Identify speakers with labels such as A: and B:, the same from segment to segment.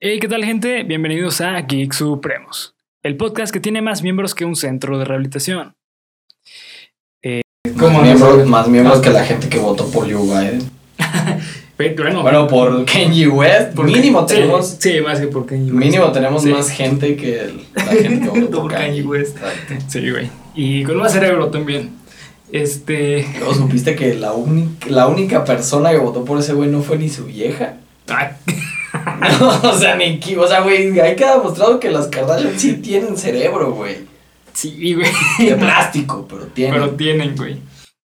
A: Hey, ¿qué tal, gente? Bienvenidos a Geek Supremos, el podcast que tiene más miembros que un centro de rehabilitación. Eh,
B: Más miembros, más miembros que la gente que votó por Joe Biden.
A: Bueno,
B: Bueno, por Kanye West,
A: porque-
B: mínimo
A: sí,
B: tenemos,
A: Sí, más que por Kanye West.
B: mínimo tenemos
A: Sí.
B: más gente que el- la gente que votó por Kanye West. Exacto.
A: Sí, güey. Y con más cerebro también. Este.
B: Luego supiste que la, uni- la única persona que votó por ese güey no fue ni su vieja.
A: ah,
B: o sea, ni qui- o sea, güey, ahí queda demostrado que las Kardashian sí tienen cerebro, güey.
A: sí, güey.
B: De plástico, pero tienen.
A: Pero tienen, güey.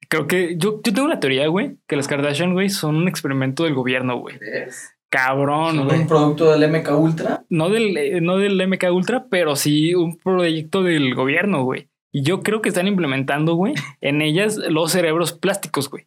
A: Creo que yo, yo tengo la teoría, güey, que las Kardashian, güey, son un experimento del gobierno, güey.
B: ¿Ves?
A: Cabrón,
B: Son
A: güey.
B: un producto del MK Ultra.
A: no del, eh, no del MK Ultra, pero sí un proyecto del gobierno, güey. Y yo creo que están implementando, güey, en ellas los cerebros plásticos, güey.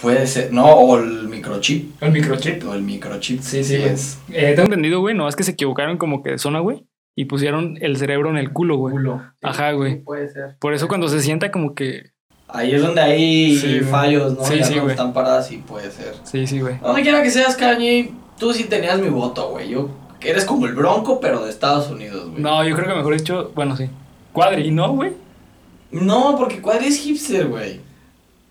B: Puede ser, no, o el microchip.
A: El microchip.
B: O el microchip.
A: Sí, sí, güey.
B: es.
A: Eh, tengo entendido, güey, no es que se equivocaron como que de zona, güey, y pusieron el cerebro en el culo, güey. Ajá, güey.
B: Sí, Puede ser.
A: Por eso cuando se sienta como que...
B: Ahí es donde hay
A: Sí, güey.
B: fallos, ¿no?
A: Sí, sí,
B: ya cuando
A: güey.
B: están paradas y puede ser. Ah.
A: Sí, sí, güey.
B: Donde quiera que seas, Kanye, tú sí tenías mi voto, güey. Yo eres como el bronco, pero de Estados Unidos, güey.
A: No, yo creo que mejor dicho, bueno, sí. Cuadri, ¿no, güey?
B: No, porque Cuadri es hipster, güey.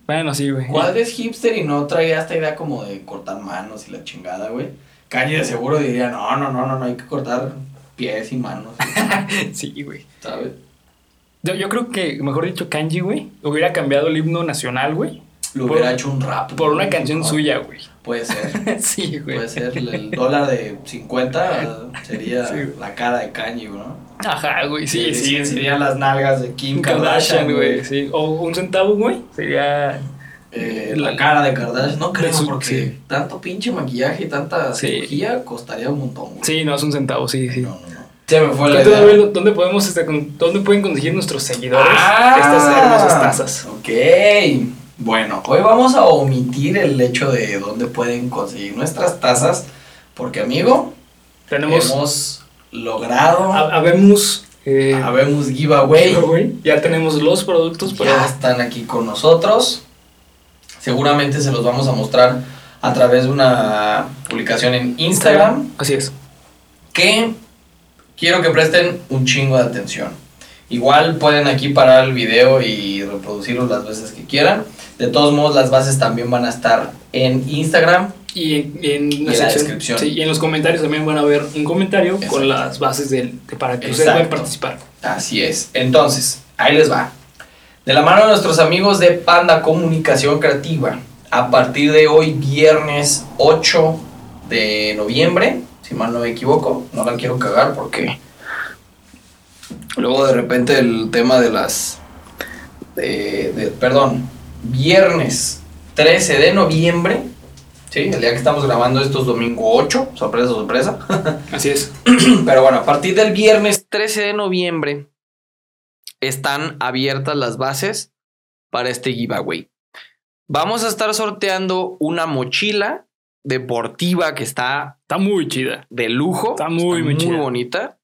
A: Bueno, sí, güey.
B: Cuadri es hipster y no traía esta idea como de cortar manos y la chingada, güey. Kanye de seguro diría, no, no, no, no, no, hay que cortar pies y manos,
A: Sí, güey.
B: ¿sabes?
A: Yo, yo creo que, mejor dicho, Kanji, güey, hubiera cambiado el himno nacional, güey,
B: Lo
A: Por-
B: hubiera hecho un rap.
A: por una
B: güey.
A: canción
B: No,
A: suya, güey.
B: Puede ser.
A: Sí, güey.
B: Puede ser, el- el dólar de 50 sería
A: Sí, güey.
B: la cara de Kanye, ¿no?
A: Ajá, güey, sí, sí, sí.
B: serían las nalgas de Kim
A: Kim Kardashian, güey, sí. O un centavo, güey, sería...
B: Eh, la cara de Kardashian, no creo,
A: De su-
B: porque
A: sí.
B: tanto pinche maquillaje y tanta
A: Sí.
B: cirugía costaría un montón, güey.
A: Sí, no, es un centavo, sí, sí.
B: No, no, no. Se me fue la
A: Cuéntame,
B: idea.
A: Abel, ¿Dónde podemos, este, con- dónde pueden conseguir nuestros seguidores
B: Ah,
A: estas hermosas tazas?
B: Ok. Bueno, hoy vamos a omitir el hecho de dónde pueden conseguir nuestras tazas, porque, amigo,
A: Tenemos
B: hemos logrado...
A: a- Habemos, eh,
B: Habemos giveaway.
A: güey, ya tenemos los productos, pero
B: ya están aquí con nosotros. Seguramente se los vamos a mostrar a través de una publicación en Instagram
A: Así es.
B: que quiero que presten un chingo de atención. Igual pueden aquí parar el video y reproducirlo las veces que quieran. De todos modos, las bases también van a estar en Instagram.
A: Y en, y en
B: la descripción.
A: Sí, y en los comentarios también van a ver un comentario
B: Exacto.
A: con las bases del, de- para que ustedes puedan
B: Exacto.
A: participar.
B: Así es. Entonces, ahí les va. De la mano de nuestros amigos de Panda Comunicación Creativa, a partir de hoy, viernes 8 de noviembre, si mal no me equivoco, no la quiero cagar porque luego de repente el tema de las... de- de- perdón, viernes 13 de noviembre, ¿sí? el día que estamos grabando esto es domingo 8, sorpresa, sorpresa.
A: Así es.
B: Pero bueno, a partir del viernes 13 de noviembre están abiertas las bases para este giveaway. Vamos a estar sorteando una mochila deportiva que está
A: Está muy chida.
B: de lujo.
A: Está muy, muy chida.
B: bonita.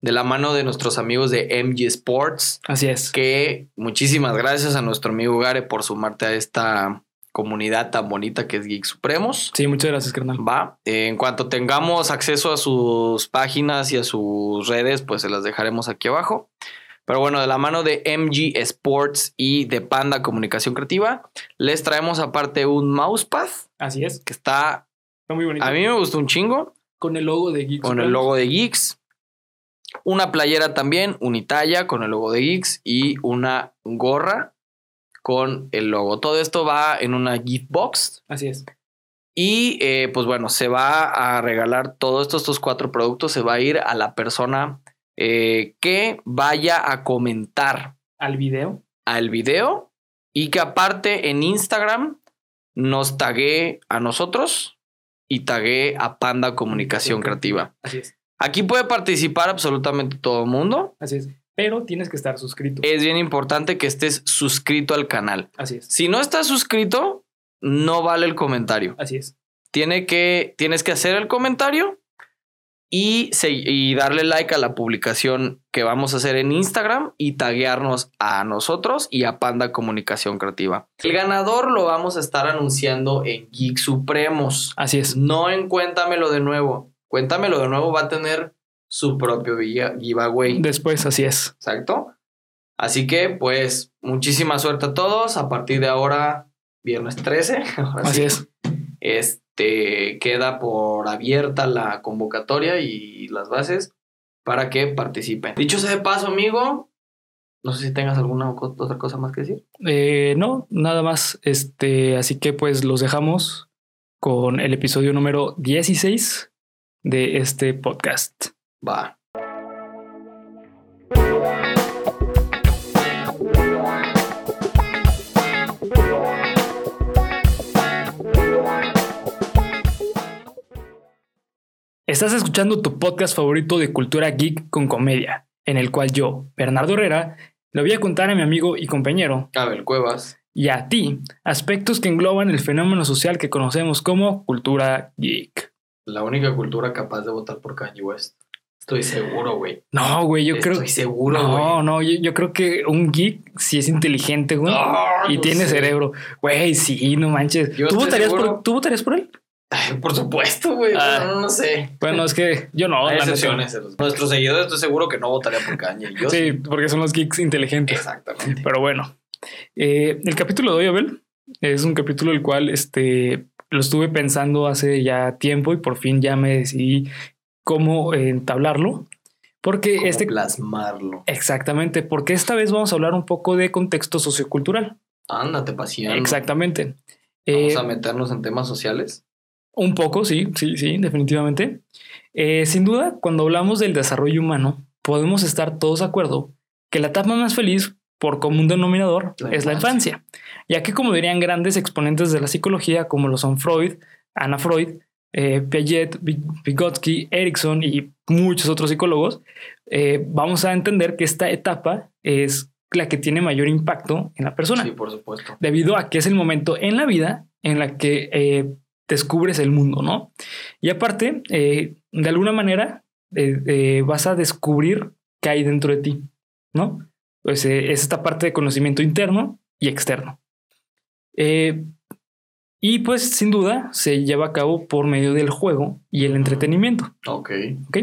B: De la mano de nuestros amigos de MG Sports.
A: Así es.
B: Que muchísimas gracias a nuestro amigo Gare por sumarte a esta comunidad tan bonita que es Geek Supremos.
A: Sí, muchas gracias, carnal.
B: Va, en cuanto tengamos acceso a sus páginas y a sus redes, pues se las dejaremos aquí abajo. Pero bueno, de la mano de MG Sports y de Panda Comunicación Creativa, les traemos aparte un mousepad
A: Así es.
B: que está,
A: Está muy bonito.
B: a mí me gustó un chingo,
A: Con el logo de Geeks.
B: con el
A: Supremos.
B: logo de Geeks. Una playera también, unitalla con el logo de Geeks y una gorra con el logo. Todo esto va en una gift box
A: Así es.
B: y eh, pues bueno, se va a regalar todos estos, estos cuatro productos, se va a ir a la persona eh, que vaya a comentar
A: Al video.
B: al video y que aparte en Instagram nos tagué a nosotros y tagué a Panda Comunicación Creativa.
A: Así es.
B: Aquí puede participar absolutamente todo el mundo.
A: Así es. Pero tienes que estar suscrito.
B: Es bien importante que estés suscrito al canal.
A: Así es.
B: Si no estás suscrito, no vale el comentario.
A: Así es.
B: tiene que, tienes que hacer el comentario y, se- y darle like a la publicación que vamos a hacer en Instagram y taguearnos a nosotros y a Panda Comunicación Creativa. El ganador lo vamos a estar anunciando en Geek Supremos.
A: Así es.
B: No en Cuéntamelo de nuevo. Cuéntamelo de nuevo va a tener su propio guia- giveaway.
A: Después, así es.
B: Exacto. Así que, pues, muchísima suerte a todos. A partir de ahora, viernes 13. ahora
A: Así
B: sí,
A: es.
B: Este queda por abierta la convocatoria y las bases para que participen. Dicho sea de paso, amigo, no sé si tengas alguna co- otra cosa más que decir.
A: Eh, no, nada más. Este, así que pues los dejamos con el episodio número 16 de este podcast.
B: Va.
A: Estás escuchando tu podcast favorito de cultura geek con comedia, en el cual yo, Bernardo Herrera, le voy a contar a mi amigo y compañero
B: Abel Cuevas.
A: y a ti aspectos que engloban el fenómeno social que conocemos como cultura geek.
B: La única cultura capaz de votar por Kanye West. Estoy seguro, güey.
A: No, güey, yo
B: Estoy
A: creo
B: seguro, güey.
A: No, no, yo, yo creo que un geek sí es inteligente, güey.
B: Ah,
A: y
B: no
A: tiene
B: sé.
A: cerebro. Güey, sí, no manches.
B: Yo
A: ¿Tú
B: estoy
A: votarías, por,
B: seguro.
A: ¿Tú votarías por él?
B: Ay, por supuesto, güey.
A: Ah.
B: No, no, no sé.
A: Bueno, es que yo no.
B: Hay
A: la neta.
B: excepciones. Nuestros seguidores estoy seguro que no votarían por Kanye. Yo
A: Sí,
B: sí.
A: porque son los geeks inteligentes.
B: Exactamente.
A: Pero bueno, eh, el capítulo de hoy, Abel, es un capítulo el cual este, lo estuve pensando hace ya tiempo y por fin ya me decidí cómo eh, entablarlo. Porque
B: ¿Cómo
A: este...
B: plasmarlo.
A: Exactamente, porque esta vez vamos a hablar un poco de contexto sociocultural.
B: Ándate, paciente.
A: Exactamente. Eh,
B: Vamos a meternos en temas sociales.
A: Un poco, sí, sí, sí, definitivamente. Eh, sin duda, cuando hablamos del desarrollo humano, podemos estar todos de acuerdo que la etapa más feliz por común denominador
B: La
A: es la infancia, ya que como dirían grandes exponentes de la psicología como lo son Freud, Ana Freud, eh, Piaget, Bi- Vygotsky, Erickson y muchos otros psicólogos, eh, vamos a entender que esta etapa es la que tiene mayor impacto en la persona
B: Sí, por supuesto.
A: debido a que es el momento en la vida en la que eh, descubres el mundo, ¿no? Y aparte, eh, de alguna manera, eh, eh, vas a descubrir qué hay dentro de ti, ¿no? Pues eh, es esta parte de conocimiento interno y externo. Eh, y pues sin duda se lleva a cabo por medio del juego y el entretenimiento.
B: Ok.
A: ¿ok?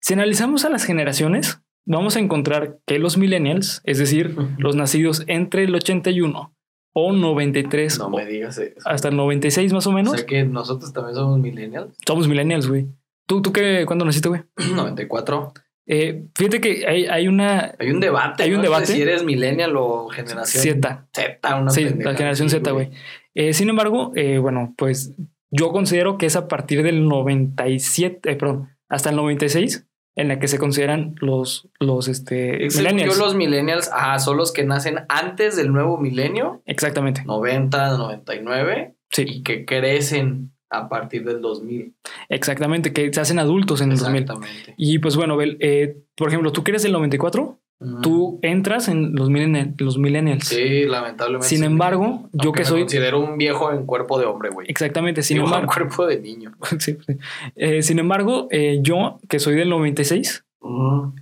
A: Si analizamos a las generaciones, vamos a encontrar que los millennials, es decir, los nacidos entre el 81 o 93
B: No me digas eso.
A: hasta el 96 más o
B: O
A: menos,
B: sea que nosotros también somos millennials.
A: somos millennials, güey. ¿Tú, tú qué, cuándo naciste, güey?
B: 94.
A: Eh, fíjate que hay, hay una
B: Hay un debate.
A: Hay un
B: ¿no? Entre
A: debate.
B: Si eres millennial o generación Z.
A: Z,
B: una
A: sí, la
B: pendejada
A: generación
B: así,
A: Z, güey. Eh, sin embargo, eh, bueno, pues yo considero que es a partir del 97, eh, perdón, hasta el 96 en la que se consideran los, los este,
B: Según
A: millennials.
B: yo, los millennials, ah, son los que nacen antes del nuevo milenio,
A: Exactamente,
B: 90, 99,
A: sí.
B: y que crecen a partir del 2000.
A: Exactamente, que se hacen adultos en el 2000.
B: Exactamente.
A: Y pues bueno, Abel, eh, por ejemplo, tú que eres del 94,
B: Ujú.
A: tú entras en los, millennial- los millennials.
B: Sí, lamentablemente.
A: Sin
B: sí.
A: embargo, yo
B: Aunque
A: que
B: me
A: soy...
B: considero un viejo en cuerpo de hombre, güey.
A: Exactamente, sin
B: Digo, un
A: embargo,
B: cuerpo de niño.
A: sí, sí. Eh, sin embargo eh, yo que soy del 96,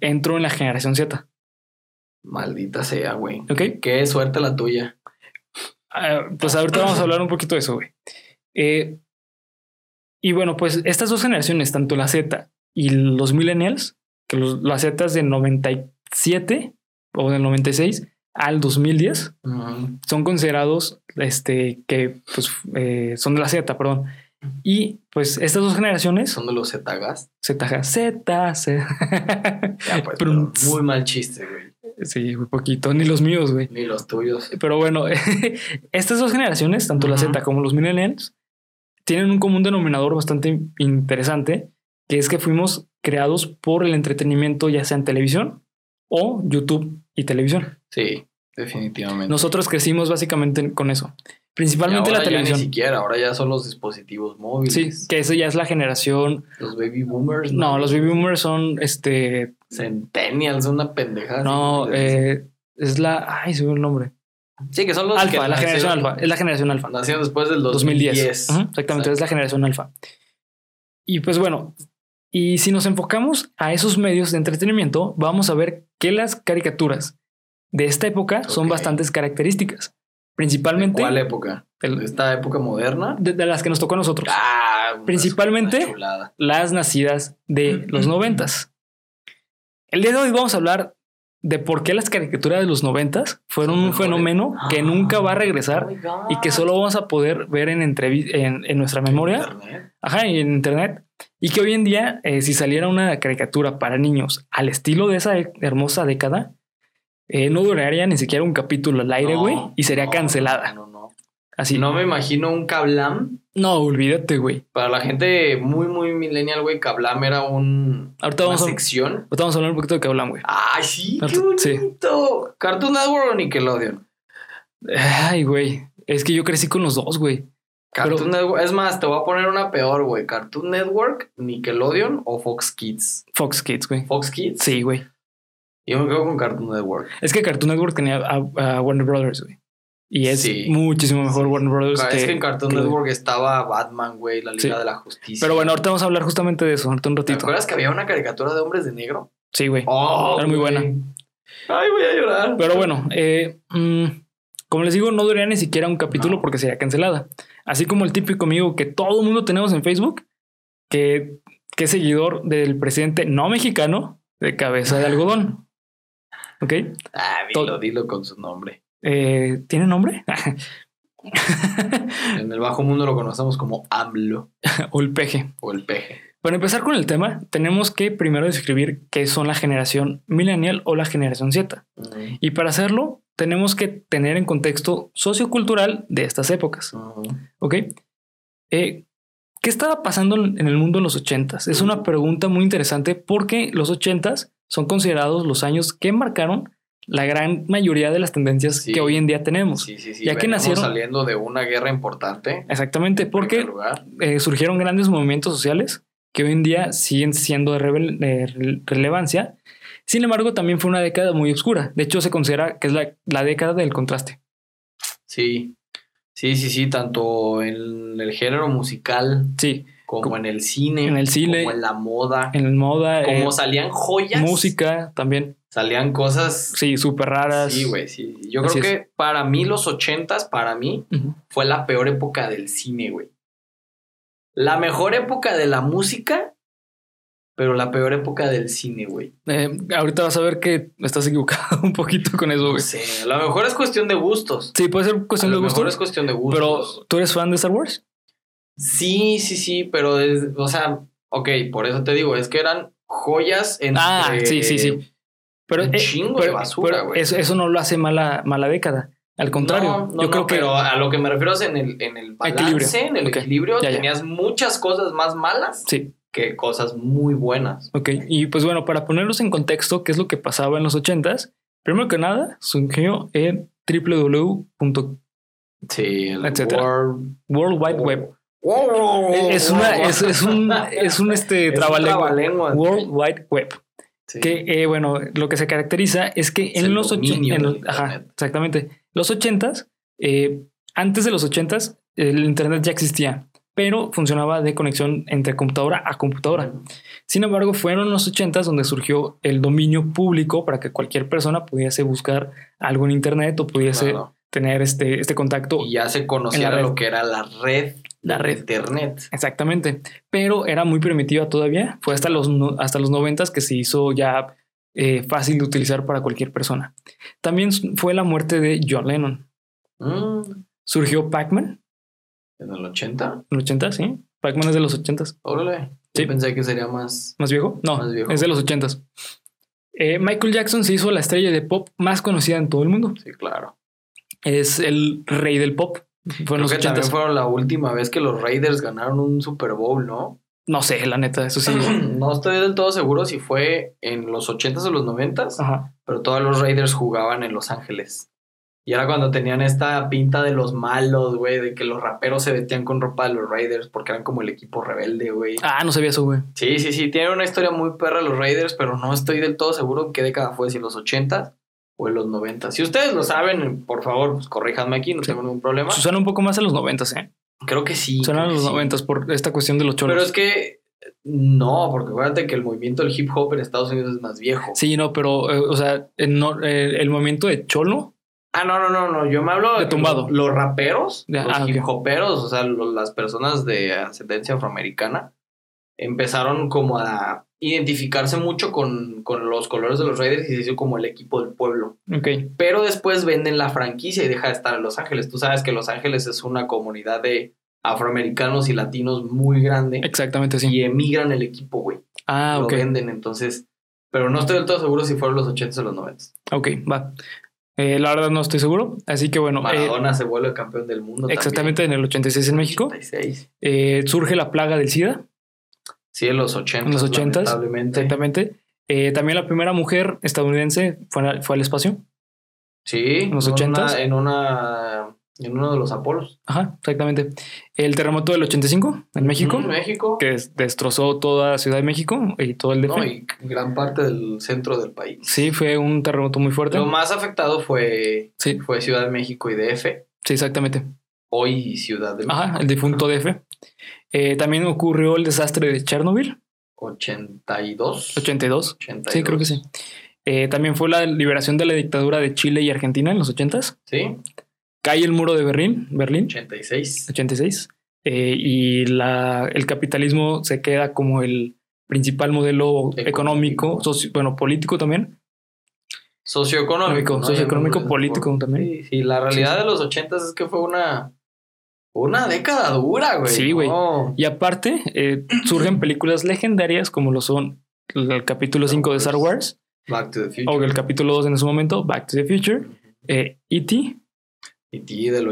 A: entro en la generación Z,
B: Maldita sea, güey.
A: ¿ok?
B: Qué suerte la tuya.
A: Ah, pues ahorita vamos a hablar un poquito de eso, güey. Eh, y bueno, pues estas dos generaciones, tanto la Z y los millennials, que los, la Z es del 97 o del 96 al 2010, son considerados este que pues, eh, son de la Z, perdón. Y pues estas dos generaciones,
B: Son de los Zetagas.
A: Z, Z, Z.
B: Ya, pues,
A: Prum.
B: pero muy mal chiste, güey.
A: sí, un poquito, ni los míos, güey.
B: Ni los tuyos.
A: Pero bueno, estas dos generaciones, tanto la
B: Ujú.
A: Z como los millennials, tienen un común denominador bastante interesante, que es que fuimos creados por el entretenimiento, ya sea en televisión o YouTube y televisión.
B: Sí, definitivamente.
A: Nosotros crecimos básicamente con eso,
B: Y
A: principalmente la
B: ahora ya
A: televisión.
B: Ni siquiera, ahora ya son los dispositivos móviles.
A: Sí, que eso ya es la generación.
B: Los baby boomers.
A: No, los baby boomers son este.
B: Centennials, una pendejada.
A: No,
B: Sí,
A: eh, es la. Ay, se me olvidó el nombre.
B: sí, que son los.
A: Alfa,
B: que
A: la
B: nacieron-
A: generación alfa. Es la generación alfa.
B: Nacieron después del
A: 2010.
B: 2010.
A: Ujú, exactamente, es la generación alfa. Y pues bueno, y si nos enfocamos a esos medios de entretenimiento, vamos a ver que las caricaturas de esta época son
B: Ok.
A: bastantes características.
B: ¿En
A: Principalmente
B: ¿Cuál época? de
A: de,
B: esta época moderna.
A: de- de las que nos tocó a nosotros.
B: Ah, una
A: Principalmente-
B: chulada.
A: las nacidas de los noventas. El día de hoy vamos a hablar de por qué las caricaturas de los noventas fueron un
B: Mejores.
A: fenómeno que nunca va a
B: Oh
A: regresar
B: my God.
A: y que solo vamos a poder ver en, entrevi- en, en nuestra memoria,
B: Internet.
A: ajá, y en internet, y que hoy en día, eh, si saliera una caricatura para niños al estilo de esa he- hermosa década, eh, no duraría ni siquiera un capítulo al aire,
B: No,
A: güey, y sería
B: no,
A: cancelada.
B: No, no, no.
A: Así.
B: No
A: No,
B: me imagino un Cablam.
A: olvídate, güey.
B: Para la gente muy, muy millennial, güey, Cablam era un,
A: Ahorita
B: una
A: vamos, a,
B: sección.
A: ahorita vamos a hablar un poquito de qué hablamos, güey.
B: ¡Ay, sí! ¡Qué
A: Cartoon- sí.
B: bonito! Cartoon Network o Nickelodeon.
A: Ay, güey. Es que yo crecí con los dos, güey. Pero-
B: Cartoon Network. Es más, te voy a poner una peor, güey. Cartoon Network, Nickelodeon o Fox Kids.
A: Fox Kids, güey.
B: Fox Kids.
A: Sí, güey.
B: Yo me quedo con Cartoon Network.
A: Es que Cartoon Network tenía a, a Warner Brothers, güey. Y es
B: Sí.
A: muchísimo mejor
B: Sí.
A: Warner Brothers
B: Ca-
A: Pues que...
B: es que en Cartoon
A: que-
B: Network estaba Batman, güey, la Liga
A: Sí.
B: de la Justicia.
A: Pero bueno, ahorita vamos a hablar justamente de eso, ahorita un
B: ¿Te
A: ratito.
B: acuerdas que había una caricatura de hombres de negro?
A: Sí, güey.
B: Oh,
A: Era muy
B: güey.
A: buena.
B: Ay, voy a llorar.
A: Pero bueno, eh, mm, como les digo, no duraría ni siquiera un capítulo
B: No.
A: porque sería cancelada. Así como el típico amigo que todo el mundo tenemos en Facebook, que, que es seguidor del presidente no mexicano de cabeza de algodón. ¿Ok?
B: Ah, dilo, dilo con su nombre.
A: Eh, ¿Tiene nombre?
B: En el bajo mundo lo conocemos como AMLO
A: o el peje.
B: o el peje.
A: Para empezar con el tema, tenemos que primero describir qué son la generación millennial o la generación Z. Y para hacerlo, tenemos que tener en contexto sociocultural de estas épocas. ¿Ok? Eh, ¿Qué estaba pasando en el mundo en los 80s? Es una pregunta muy interesante porque los 80s son considerados los años que marcaron la gran mayoría de las tendencias
B: Sí.
A: que hoy en día tenemos.
B: Sí, sí, sí.
A: Ya que
B: venimos
A: nacieron-
B: saliendo de una guerra importante.
A: Exactamente, porque
B: En primer lugar.
A: eh, surgieron grandes movimientos sociales que hoy en día siguen siendo de revel- de rele- relevancia. Sin embargo, también fue una década muy oscura. De hecho, se considera que es la, la década del contraste.
B: Sí. Sí, sí, sí. Tanto en el género musical
A: Sí,
B: como
A: Como-
B: en el cine.
A: en el cine.
B: Como en la moda.
A: en el moda, eh,
B: como salían joyas.
A: música también.
B: Salían cosas.
A: Sí, súper raras.
B: Sí, güey, sí. sí. Yo
A: Así
B: creo que para mí los ochentas, para mí,
A: Ujú.
B: fue la peor época del cine, güey. La mejor época de la música, pero la peor época del cine, güey.
A: Eh, ahorita vas a ver que estás equivocado un poquito con eso,
B: No
A: güey.
B: sé, a lo mejor es cuestión de gustos.
A: Sí, puede ser
B: a
A: cuestión
B: lo
A: de gusto.
B: mejor es cuestión de
A: Pero,
B: gustos.
A: ¿tú eres fan de Star Wars?
B: Sí, sí, sí, pero es, o sea, ok, por eso te digo, es que eran joyas en
A: Ah, sí, sí, sí. Pero,
B: un chingo de basura, güey.
A: eso, eso no lo hace mala, mala década. Al contrario,
B: No, no,
A: yo creo
B: no,
A: que
B: pero a lo que me refiero es en el, en el balance,
A: Equilibrio.
B: en el
A: Ok,
B: equilibrio,
A: ya, ya.
B: tenías muchas cosas más malas
A: sí.
B: que cosas muy buenas.
A: Ok, y pues bueno, para ponerlos en contexto, ¿qué es lo que pasaba en los 80s? Primero que nada, eh, surgió en www.world
B: Sí, el
A: Etcétera.
B: World-
A: Wide Web. Es, una, es, es un, es un este,
B: Oh, Es un
A: trabalengua.
B: trabalengua.
A: World Wide Web.
B: Sí.
A: Que, eh, bueno, lo que se caracteriza es que
B: Es
A: en
B: el
A: los 80
B: dominio del Internet.
A: exactamente. Los 80s, eh, antes de los 80s, el Internet ya existía, pero funcionaba de conexión entre computadora a computadora. Sin embargo, fueron los 80s donde surgió el dominio público para que cualquier persona pudiese buscar algo en Internet o pudiese
B: Claro.
A: tener este, este contacto,
B: Y ya se conocía
A: red.
B: lo que era la red,
A: la
B: de
A: red.
B: internet.
A: Exactamente, pero era muy primitiva todavía. Fue hasta los, no- hasta los 90 que se hizo ya eh, fácil de utilizar para cualquier persona. También s- fue la muerte de John Lennon.
B: Mm,
A: Surgió Pac-Man
B: En el 80,
A: en los 80, ¿sí? Pac-Man es de los 80,
B: órale.
A: Sí.
B: Yo pensé que sería más.
A: más viejo. No,
B: Más viejo.
A: es de los 80. Michael Jackson se hizo la estrella de pop más conocida en todo el mundo.
B: Sí, claro.
A: Es el rey del pop. Fue en
B: Creo
A: los
B: que también
A: 80.
B: fueron la última vez que los Raiders ganaron un Super Bowl, ¿no?
A: No sé, la neta, eso sí.
B: No estoy del todo seguro si fue en los 80s o los 90s,
A: Ajá.
B: pero todos los Raiders jugaban en Los Ángeles. Y era cuando tenían esta pinta de los malos, güey, de que los raperos se vestían con ropa de los Raiders porque eran como el equipo rebelde, güey.
A: Ah, no sabía eso, güey.
B: Sí, sí, sí, tienen una historia muy perra los Raiders, pero no estoy del todo seguro en qué década fue, si en los 80s o en los 90s. Si ustedes lo saben, por favor, pues corríjanme aquí, no
A: Sí.
B: tengo ningún problema.
A: Suena un poco más a los 90, ¿eh?
B: Creo que sí.
A: Suena a
B: creo que
A: los
B: sí.
A: 90 por esta cuestión de los cholos.
B: Pero es que eh, no, porque acuérdate que el movimiento del hip hop en Estados Unidos es más viejo.
A: Sí, no, pero, eh, o sea, eh, no, eh, el momento de Cholo
B: Ah, no, no, no, no. Yo me hablo
A: De tumbado.
B: Los, los raperos,
A: Ya,
B: los
A: ah, ok.
B: hip hoperos, o sea, lo- las personas de ascendencia afroamericana empezaron como a identificarse mucho con, con los colores de los Raiders y se hizo como el equipo del pueblo.
A: Ok.
B: Pero después venden la franquicia y deja de estar en Los Ángeles. Tú sabes que Los Ángeles es una comunidad de afroamericanos y latinos muy grande
A: Exactamente, sí.
B: y emigran el equipo, güey.
A: Ah,
B: lo
A: ok.
B: venden, entonces. Pero no estoy del todo seguro si fueron los 80s o los 90s.
A: Ok, va. Eh, la verdad no estoy seguro. Así que bueno, eh,
B: Maradona se vuelve campeón del mundo. también.
A: exactamente en el 86 en México
B: 86.
A: eh, surge la plaga del SIDA.
B: Sí, en los 80.
A: En los 80s,
B: Lamentablemente.
A: Exactamente. Eh, también la primera mujer estadounidense fue, al- fue al espacio.
B: Sí. En
A: los 80s.
B: En una. En uno de los Apolos.
A: Ajá, exactamente. El terremoto del 85 en México,
B: En México.
A: que des- destrozó toda Ciudad de México y todo el DF.
B: No, y gran parte del centro del país.
A: Sí, fue un terremoto muy fuerte.
B: Lo más afectado fue,
A: Sí.
B: fue Ciudad de México y DF.
A: Sí, exactamente.
B: Hoy Ciudad de México.
A: Ajá, el difunto DF. Eh, también ocurrió el desastre de Chernobyl,
B: 82.
A: 82.
B: 82.
A: Sí, creo que sí. Eh, también fue la liberación de la dictadura de Chile y Argentina en los 80s.
B: Sí,
A: Cae el muro de Berlín, Berlín,
B: 86.
A: 86. eh, y la, el capitalismo se queda como el principal modelo
B: Económico.
A: económico, socio- bueno, político también.
B: Socioeconómico.
A: Económico,
B: ¿no?
A: socioeconómico,
B: Llamémoslo de esa
A: político también.
B: Sí, sí, la realidad de los ochentas es que fue una una década dura, güey.
A: Sí, güey.
B: No.
A: Y aparte, eh, surgen películas legendarias como lo son el capítulo 5 de Star Wars
B: Back to the Future.
A: o el capítulo 2 en su momento, Back to the Future, eh, E.T.
B: Y ti del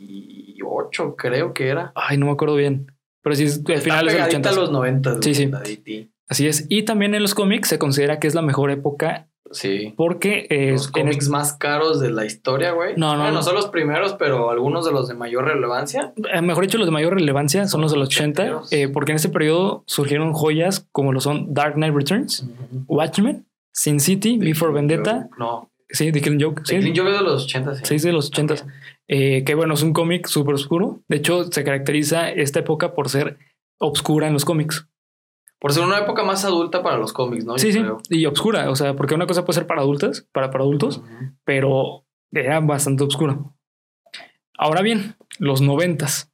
B: 88, creo que era.
A: Ay, no me acuerdo bien, pero sí, es de
B: Está
A: finales de los 80.
B: pegadita a los 90.
A: Sí, sí.
B: La de E.T..
A: Así es. Y también en los cómics se considera que es la mejor época
B: Sí.
A: porque eh,
B: Los
A: en
B: cómics más caros de la historia, güey.
A: No, no,
B: Bueno,
A: no.
B: son los primeros, pero algunos de los de mayor relevancia.
A: Eh, mejor dicho, los de mayor relevancia son los del 80,
B: Ochenteros.
A: eh, porque en ese periodo surgieron joyas como lo son Dark Knight Returns, Watchmen, Sin City, Before Vendetta,
B: No.
A: sí, The Killing Joke,
B: The
A: sí,
B: Clean Joke es de los 80, sí.
A: sí, es de los 80, eh, que bueno, es un cómic súper oscuro. De hecho, se caracteriza esta época por ser obscura en los cómics.
B: Por ser una época más adulta para los cómics, ¿no? Yo
A: sí, sí,
B: creo.
A: y obscura, o sea, porque una cosa puede ser para adultas, para, para adultos,
B: Ujú.
A: pero era bastante oscura. Ahora bien, los noventas.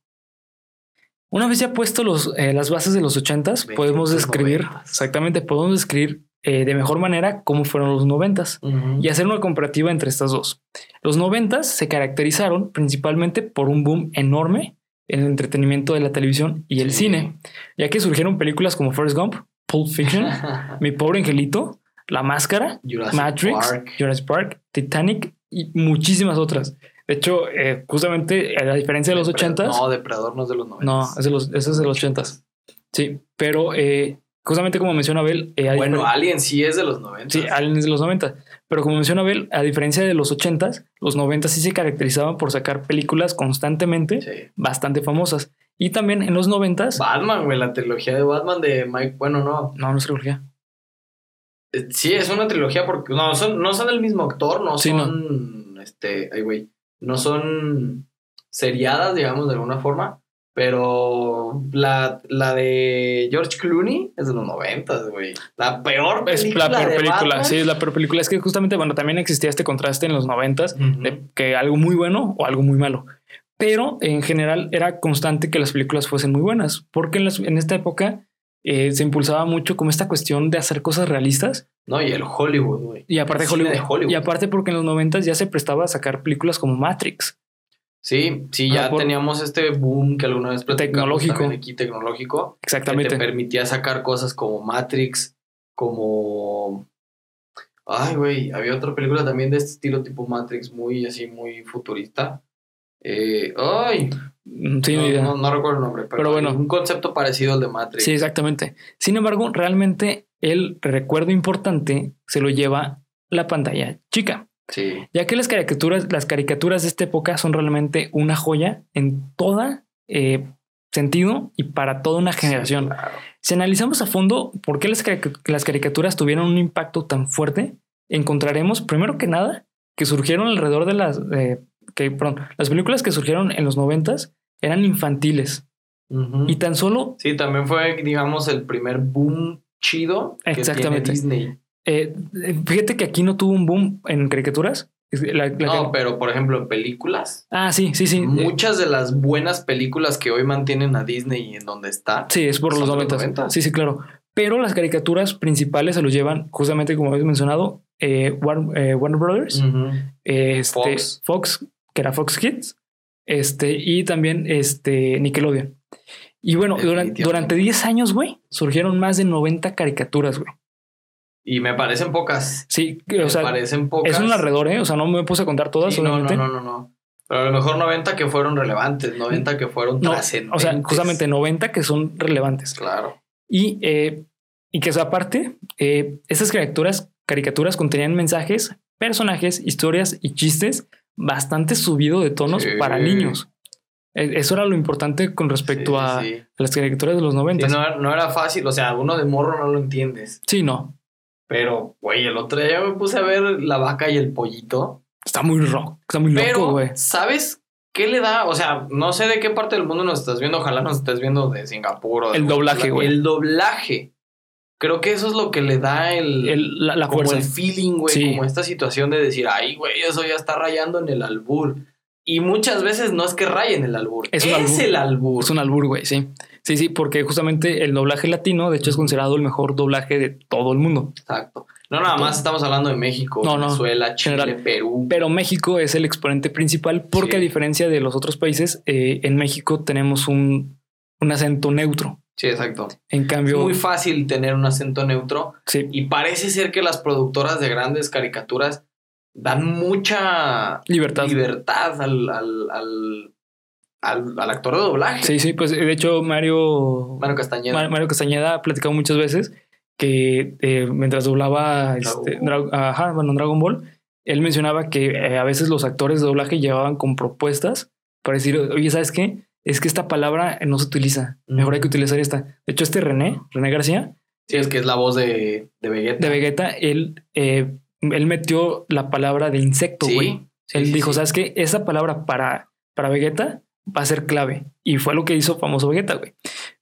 A: Una vez ya puesto los, eh, las bases de los ochentas,
B: Benditos
A: podemos describir,
B: noventas.
A: exactamente, podemos describir eh, de mejor manera cómo fueron los noventas
B: Ujú.
A: y hacer una comparativa entre estas dos. Los noventas se caracterizaron principalmente por un boom enorme en el entretenimiento de la televisión y el
B: Sí.
A: cine, ya que surgieron películas como First Gump, Pulp Fiction, Mi Pobre Angelito, La Máscara,
B: Jurassic
A: Matrix,
B: Park.
A: Jurassic Park, Titanic y muchísimas otras. De hecho, eh, justamente a la diferencia de los
B: Depredador-
A: 80s,
B: No, Depredador no pues. es de los 90.
A: no, es de los, eso es de los 80s. Sí, pero eh, justamente como menciona Abel, eh, a
B: Bueno,
A: difer-
B: Alien sí es de los 90.
A: sí, Alien es de los 90, pero como menciona Abel, a diferencia de los 80s, los 90s sí se caracterizaban por sacar películas constantemente
B: Sí.
A: bastante famosas. Y también en los 90s,
B: Batman, güey, la trilogía de Batman de Mike. Bueno, no.
A: no, no es trilogía.
B: Eh, Sí, es una trilogía porque no son, no son el mismo actor, no
A: Sí,
B: son. Este, ay, güey. No son seriadas, digamos, de alguna forma. Pero la, la de George Clooney es de los 90, güey. La peor
A: Es
B: película.
A: la peor
B: de
A: película,
B: Batman.
A: sí, es la peor película. Es que justamente, bueno, también existía este contraste en los 90s
B: Ujú.
A: de que algo muy bueno o algo muy malo. Pero en general era constante que las películas fuesen muy buenas, porque en, las- en esta época eh, se impulsaba mucho como esta cuestión de hacer cosas realistas
B: No, y el Hollywood, güey.
A: y aparte
B: El cine
A: Hollywood,
B: de Hollywood.
A: y aparte porque en los 90 ya se prestaba a sacar películas como Matrix.
B: Sí, sí,
A: Ajá,
B: ya
A: Ah, por-
B: teníamos este boom que alguna vez platicamos
A: Tecnológico.
B: también aquí tecnológico, que te
A: Exactamente.
B: permitía sacar cosas como Matrix, como... Ay, güey, había otra película también de este estilo tipo Matrix, muy así, muy futurista. Eh, ay,
A: Mm, Sí,
B: no,
A: ni idea.
B: no- no recuerdo el nombre, pero,
A: Pero bueno.
B: un concepto parecido al de Matrix.
A: Sí, exactamente. Sin embargo, realmente el recuerdo importante se lo lleva la pantalla chica,
B: Sí.
A: ya que las caricaturas, las caricaturas de esta época son realmente una joya en toda eh, sentido y para toda una generación.
B: Sí, claro.
A: Si analizamos a fondo por qué las, caric- las caricaturas tuvieron un impacto tan fuerte, encontraremos primero que nada que surgieron alrededor de las eh, que perdón, las películas que surgieron en los noventas eran infantiles
B: Ujú.
A: y tan solo
B: Sí, también fue, digamos, el primer boom chido que tiene
A: Exactamente.
B: Disney.
A: eh, fíjate que aquí no tuvo un boom en caricaturas, Es la- la
B: No,
A: que-
B: pero por ejemplo, en películas,
A: Ah, sí, sí, sí. eh,
B: muchas de las buenas películas que hoy mantienen a Disney en donde está,
A: Sí, es por los
B: Son de los
A: noventas.
B: 90s.
A: Sí, sí, claro. Pero las caricaturas principales se los llevan, justamente como habéis mencionado, eh, Warner, eh, Warner Brothers,
B: ujú,
A: eh, este,
B: Mm. Fox.
A: Fox. que era Fox Kids, este, y también este, Nickelodeon. Y bueno, duran-
B: Definitivamente.
A: durante 10 años, güey, surgieron más de 90 caricaturas, güey.
B: y me parecen pocas.
A: Sí, que, o
B: me
A: sea,
B: parecen pocas.
A: es un alrededor, ¿eh? O sea, no me puse a contar todas,
B: Sí, no, no,
A: obviamente.
B: no, no, no. Pero a lo mejor 90 que fueron relevantes, 90 que fueron
A: No, o
B: trascendentes.
A: sea, justamente 90 que son relevantes.
B: Claro.
A: Y, eh, y que o sea, aparte, eh, estas caricaturas, caricaturas contenían mensajes, personajes, historias y chistes bastante subido de tonos
B: Sí.
A: para niños. E- Eso era lo importante con respecto
B: Sí,
A: a
B: sí, sí.
A: las caricaturas de los 90.
B: Sí,
A: no.
B: no, no era fácil, o sea, uno de morro no lo entiendes.
A: Sí, no.
B: Pero, güey, el otro día me puse a ver la vaca y el pollito.
A: Está muy rock, está muy loco, güey.
B: Pero, ¿sabes qué le da? O sea, no sé de qué parte del mundo nos estás viendo. Ojalá nos estés viendo de Singapur. o de
A: El doblaje, güey.
B: El doblaje. Creo que eso es lo que le da el,
A: El- la, la
B: como
A: fuerza.
B: el feeling, güey.
A: Sí.
B: Como esta situación de decir, ay, güey, eso ya está rayando en el albur. Y muchas veces no es que rayen el albur. Es,
A: Es un albur.
B: el albur.
A: Es un albur, güey, sí. Sí, sí, porque justamente el doblaje latino, de hecho, es considerado el mejor doblaje de todo el mundo.
B: Exacto. No, nada más estamos hablando de México,
A: No, no.
B: Venezuela, Chile,
A: General.
B: Perú.
A: Pero México es el exponente principal porque
B: Sí.
A: a diferencia de los otros países, eh, en México tenemos un, un acento neutro.
B: Sí, exacto.
A: En
B: Es
A: cambio,
B: muy fácil tener un acento neutro.
A: sí,
B: Y parece ser que las productoras de grandes caricaturas dan mucha
A: libertad.
B: libertad al, al, al, al- al actor de doblaje.
A: Sí, sí, pues de hecho Mario,
B: Mario Castañeda.
A: Ma- Mario Castañeda ha platicado muchas veces que eh, mientras doblaba este, Dra- ajá, bueno, Dragon Ball, él mencionaba que eh, a veces los actores de doblaje llevaban con propuestas para decir, oye, ¿sabes qué? Es que esta palabra no se utiliza, mejor hay
B: Mm.
A: que utilizar esta. De hecho, este René, René García,
B: sí, es que es la voz de, de Vegeta.
A: de Vegeta, él, eh, él metió la palabra de insecto,
B: Sí,
A: güey.
B: sí,
A: él
B: sí,
A: dijo,
B: sí.
A: ¿sabes qué? Esa palabra para, para Vegeta va a ser clave. Y fue lo que hizo famoso Vegeta, güey.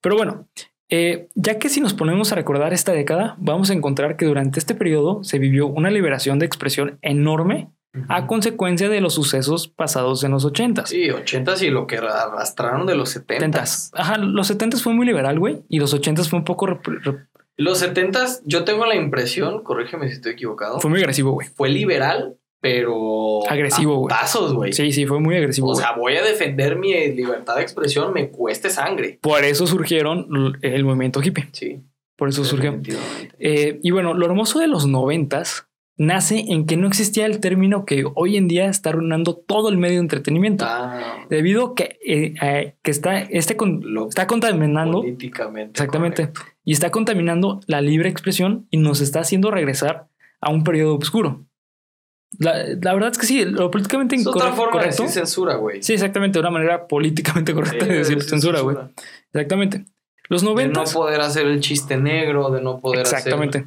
A: Pero bueno, eh, ya que si nos ponemos a recordar esta década, vamos a encontrar que durante este periodo se vivió una liberación de expresión enorme a consecuencia de los sucesos pasados en los 80s.
B: Sí, 80s y lo que arrastraron de los 70s.
A: 70s. Ajá, los 70s fue muy liberal, güey, y los 80s fue un poco rep- rep-
B: Los 70s, yo tengo la impresión, corrígeme si estoy equivocado,
A: fue
B: fue,
A: muy agresivo, güey.
B: liberal, pero...
A: Agresivo, güey.
B: Tazos, güey.
A: Sí, sí, fue muy agresivo.
B: o
A: güey.
B: sea, voy a defender mi libertad de expresión, me cueste sangre.
A: Por eso surgieron l- el movimiento hippie.
B: Sí.
A: Por eso surgió.
B: definitivamente.
A: Eh, y bueno, lo hermoso de los noventas nace en que no existía el término que hoy en día está arruinando todo el medio de entretenimiento.
B: Ah. Está
A: Debido a que, eh, a que está, este con-
B: lo
A: está contaminando
B: políticamente.
A: Exactamente.
B: correcto.
A: y está contaminando la libre expresión y nos está haciendo regresar a un periodo oscuro. La, la verdad es que sí, lo políticamente
B: Es otra
A: incorrecto.
B: forma de
A: correcto,
B: decir censura, güey.
A: sí, exactamente, una manera políticamente correcta de decir censura, güey. Exactamente. Los
B: De no
A: noventas.
B: poder hacer el chiste negro, de no poder
A: Exactamente.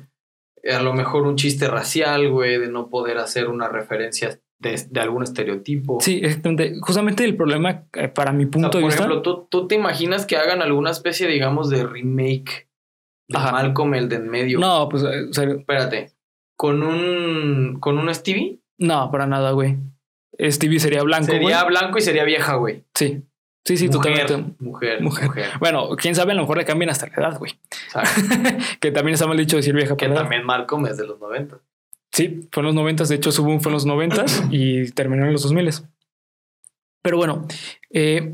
B: hacer a lo mejor un chiste racial, güey, de no poder hacer una referencia de, de algún estereotipo.
A: Sí, exactamente. Justamente el problema, eh, para mi
B: O sea,
A: punto de
B: por
A: vista,
B: ejemplo, ¿tú, tú te imaginas que hagan alguna especie, digamos, de remake de
A: Ajá.
B: Malcolm el de en medio.
A: no, pues, eh, o sea,
B: Espérate. Con un con un Stevie
A: no, para nada, güey. Stevie sería blanco, güey.
B: sería blanco y sería vieja, güey.
A: Sí, sí, sí,
B: mujer,
A: totalmente.
B: mujer, mujer,
A: Mujer. Bueno, quién sabe, a lo mejor le cambian hasta la edad, güey.
B: Exacto.
A: Que también está mal dicho decir vieja
B: que
A: por la edad.
B: también Malcolm es de los 90.
A: Sí, fue en los noventas. De hecho, su boom fue en los noventas y terminó en los dos miles. Pero bueno, eh,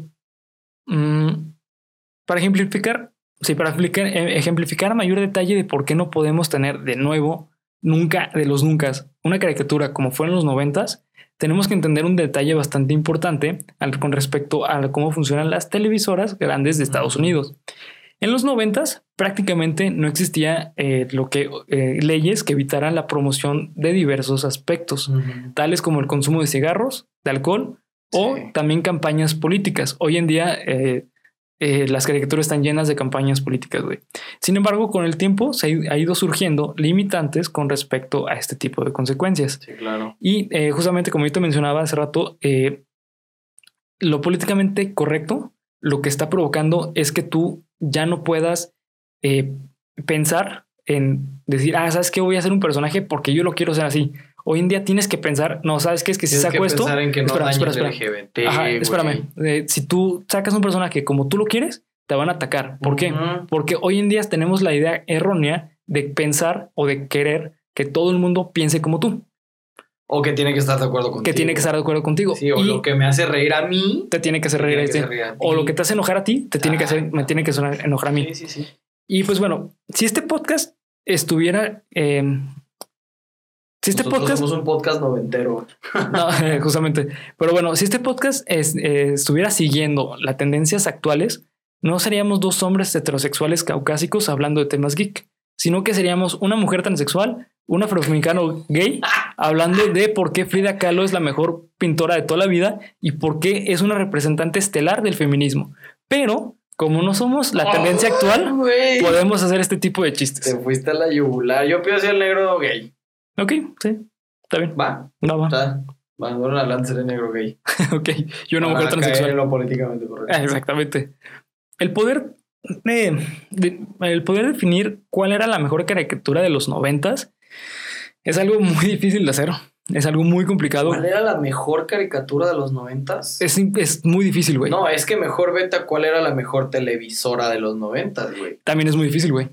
A: mm, para ejemplificar, sí, para aplicar- eh, ejemplificar a mayor detalle de por qué no podemos tener de nuevo, nunca, de los nunca, una caricatura como fue en los noventas, tenemos que entender un detalle bastante importante al- con respecto a cómo funcionan las televisoras grandes de Estados Unidos. En los noventas prácticamente no existía eh, lo que eh, leyes que evitaran la promoción de diversos aspectos tales como el consumo de cigarros, de alcohol o
B: Sí.
A: también campañas políticas. Hoy en día eh, eh, las caricaturas están llenas de campañas políticas, güey. Sin embargo, con el tiempo se ha i- ha ido surgiendo limitantes con respecto a este tipo de consecuencias.
B: Sí, claro.
A: Y eh, justamente como yo te mencionaba hace rato, eh, lo políticamente correcto lo que está provocando es que tú ya no puedas eh, pensar en decir, ah, ¿sabes qué? Voy a hacer un personaje porque yo lo quiero ser así. Hoy en día tienes que pensar, no, ¿sabes qué? Es que si
B: Tienes
A: saco
B: que
A: esto...
B: pensar en que no
A: espera,
B: dañes
A: espera,
B: LGBT,
A: Ajá,
B: güey.
A: espérame. Eh, si tú sacas un personaje como tú lo quieres, te van a atacar. ¿Por qué?
B: Ujú.
A: Porque hoy en día tenemos la idea errónea de pensar o de querer que todo el mundo piense como tú,
B: O que tiene que estar de acuerdo contigo.
A: que tiene que estar de acuerdo contigo.
B: Sí, o
A: y
B: lo que me hace reír a mí.
A: te tiene que hacer reír.
B: tiene
A: a
B: que
A: ti.
B: hacer reír a
A: O
B: ti.
A: lo que te hace enojar a ti, te tiene que hacer, me tiene que sonar- enojar a mí.
B: Sí, sí, sí.
A: Y pues bueno, si este podcast estuviera... eh, si este
B: Nosotros
A: podcast...
B: Somos un podcast noventero.
A: No, justamente. Pero bueno, si este podcast es- eh, estuviera siguiendo las tendencias actuales, no seríamos dos hombres heterosexuales caucásicos hablando de temas geek, sino que seríamos una mujer transexual, un afroamericano gay, hablando de por qué Frida Kahlo es la mejor pintora de toda la vida y por qué es una representante estelar del feminismo. Pero, como no somos la tendencia actual,
B: Güey.
A: podemos hacer este tipo de
B: Te
A: chistes.
B: fuiste a la yugular. Yo pido ser el negro gay.
A: Ok, sí. Está bien.
B: Va.
A: No, va.
B: O sea, va, bueno, adelante seré negro gay.
A: Ah, Ok. Y una mujer
B: Para caer
A: transexual.
B: en lo políticamente correcto.
A: Ah, Exactamente. El poder, eh, de- el poder definir cuál era la mejor caricatura de los noventas es algo muy difícil de hacer. Es algo muy complicado.
B: ¿Cuál era la mejor caricatura de los noventas?
A: Es, es muy difícil, güey.
B: No, es que mejor vete a cuál era la mejor televisora de los noventas, güey.
A: También es muy difícil, güey.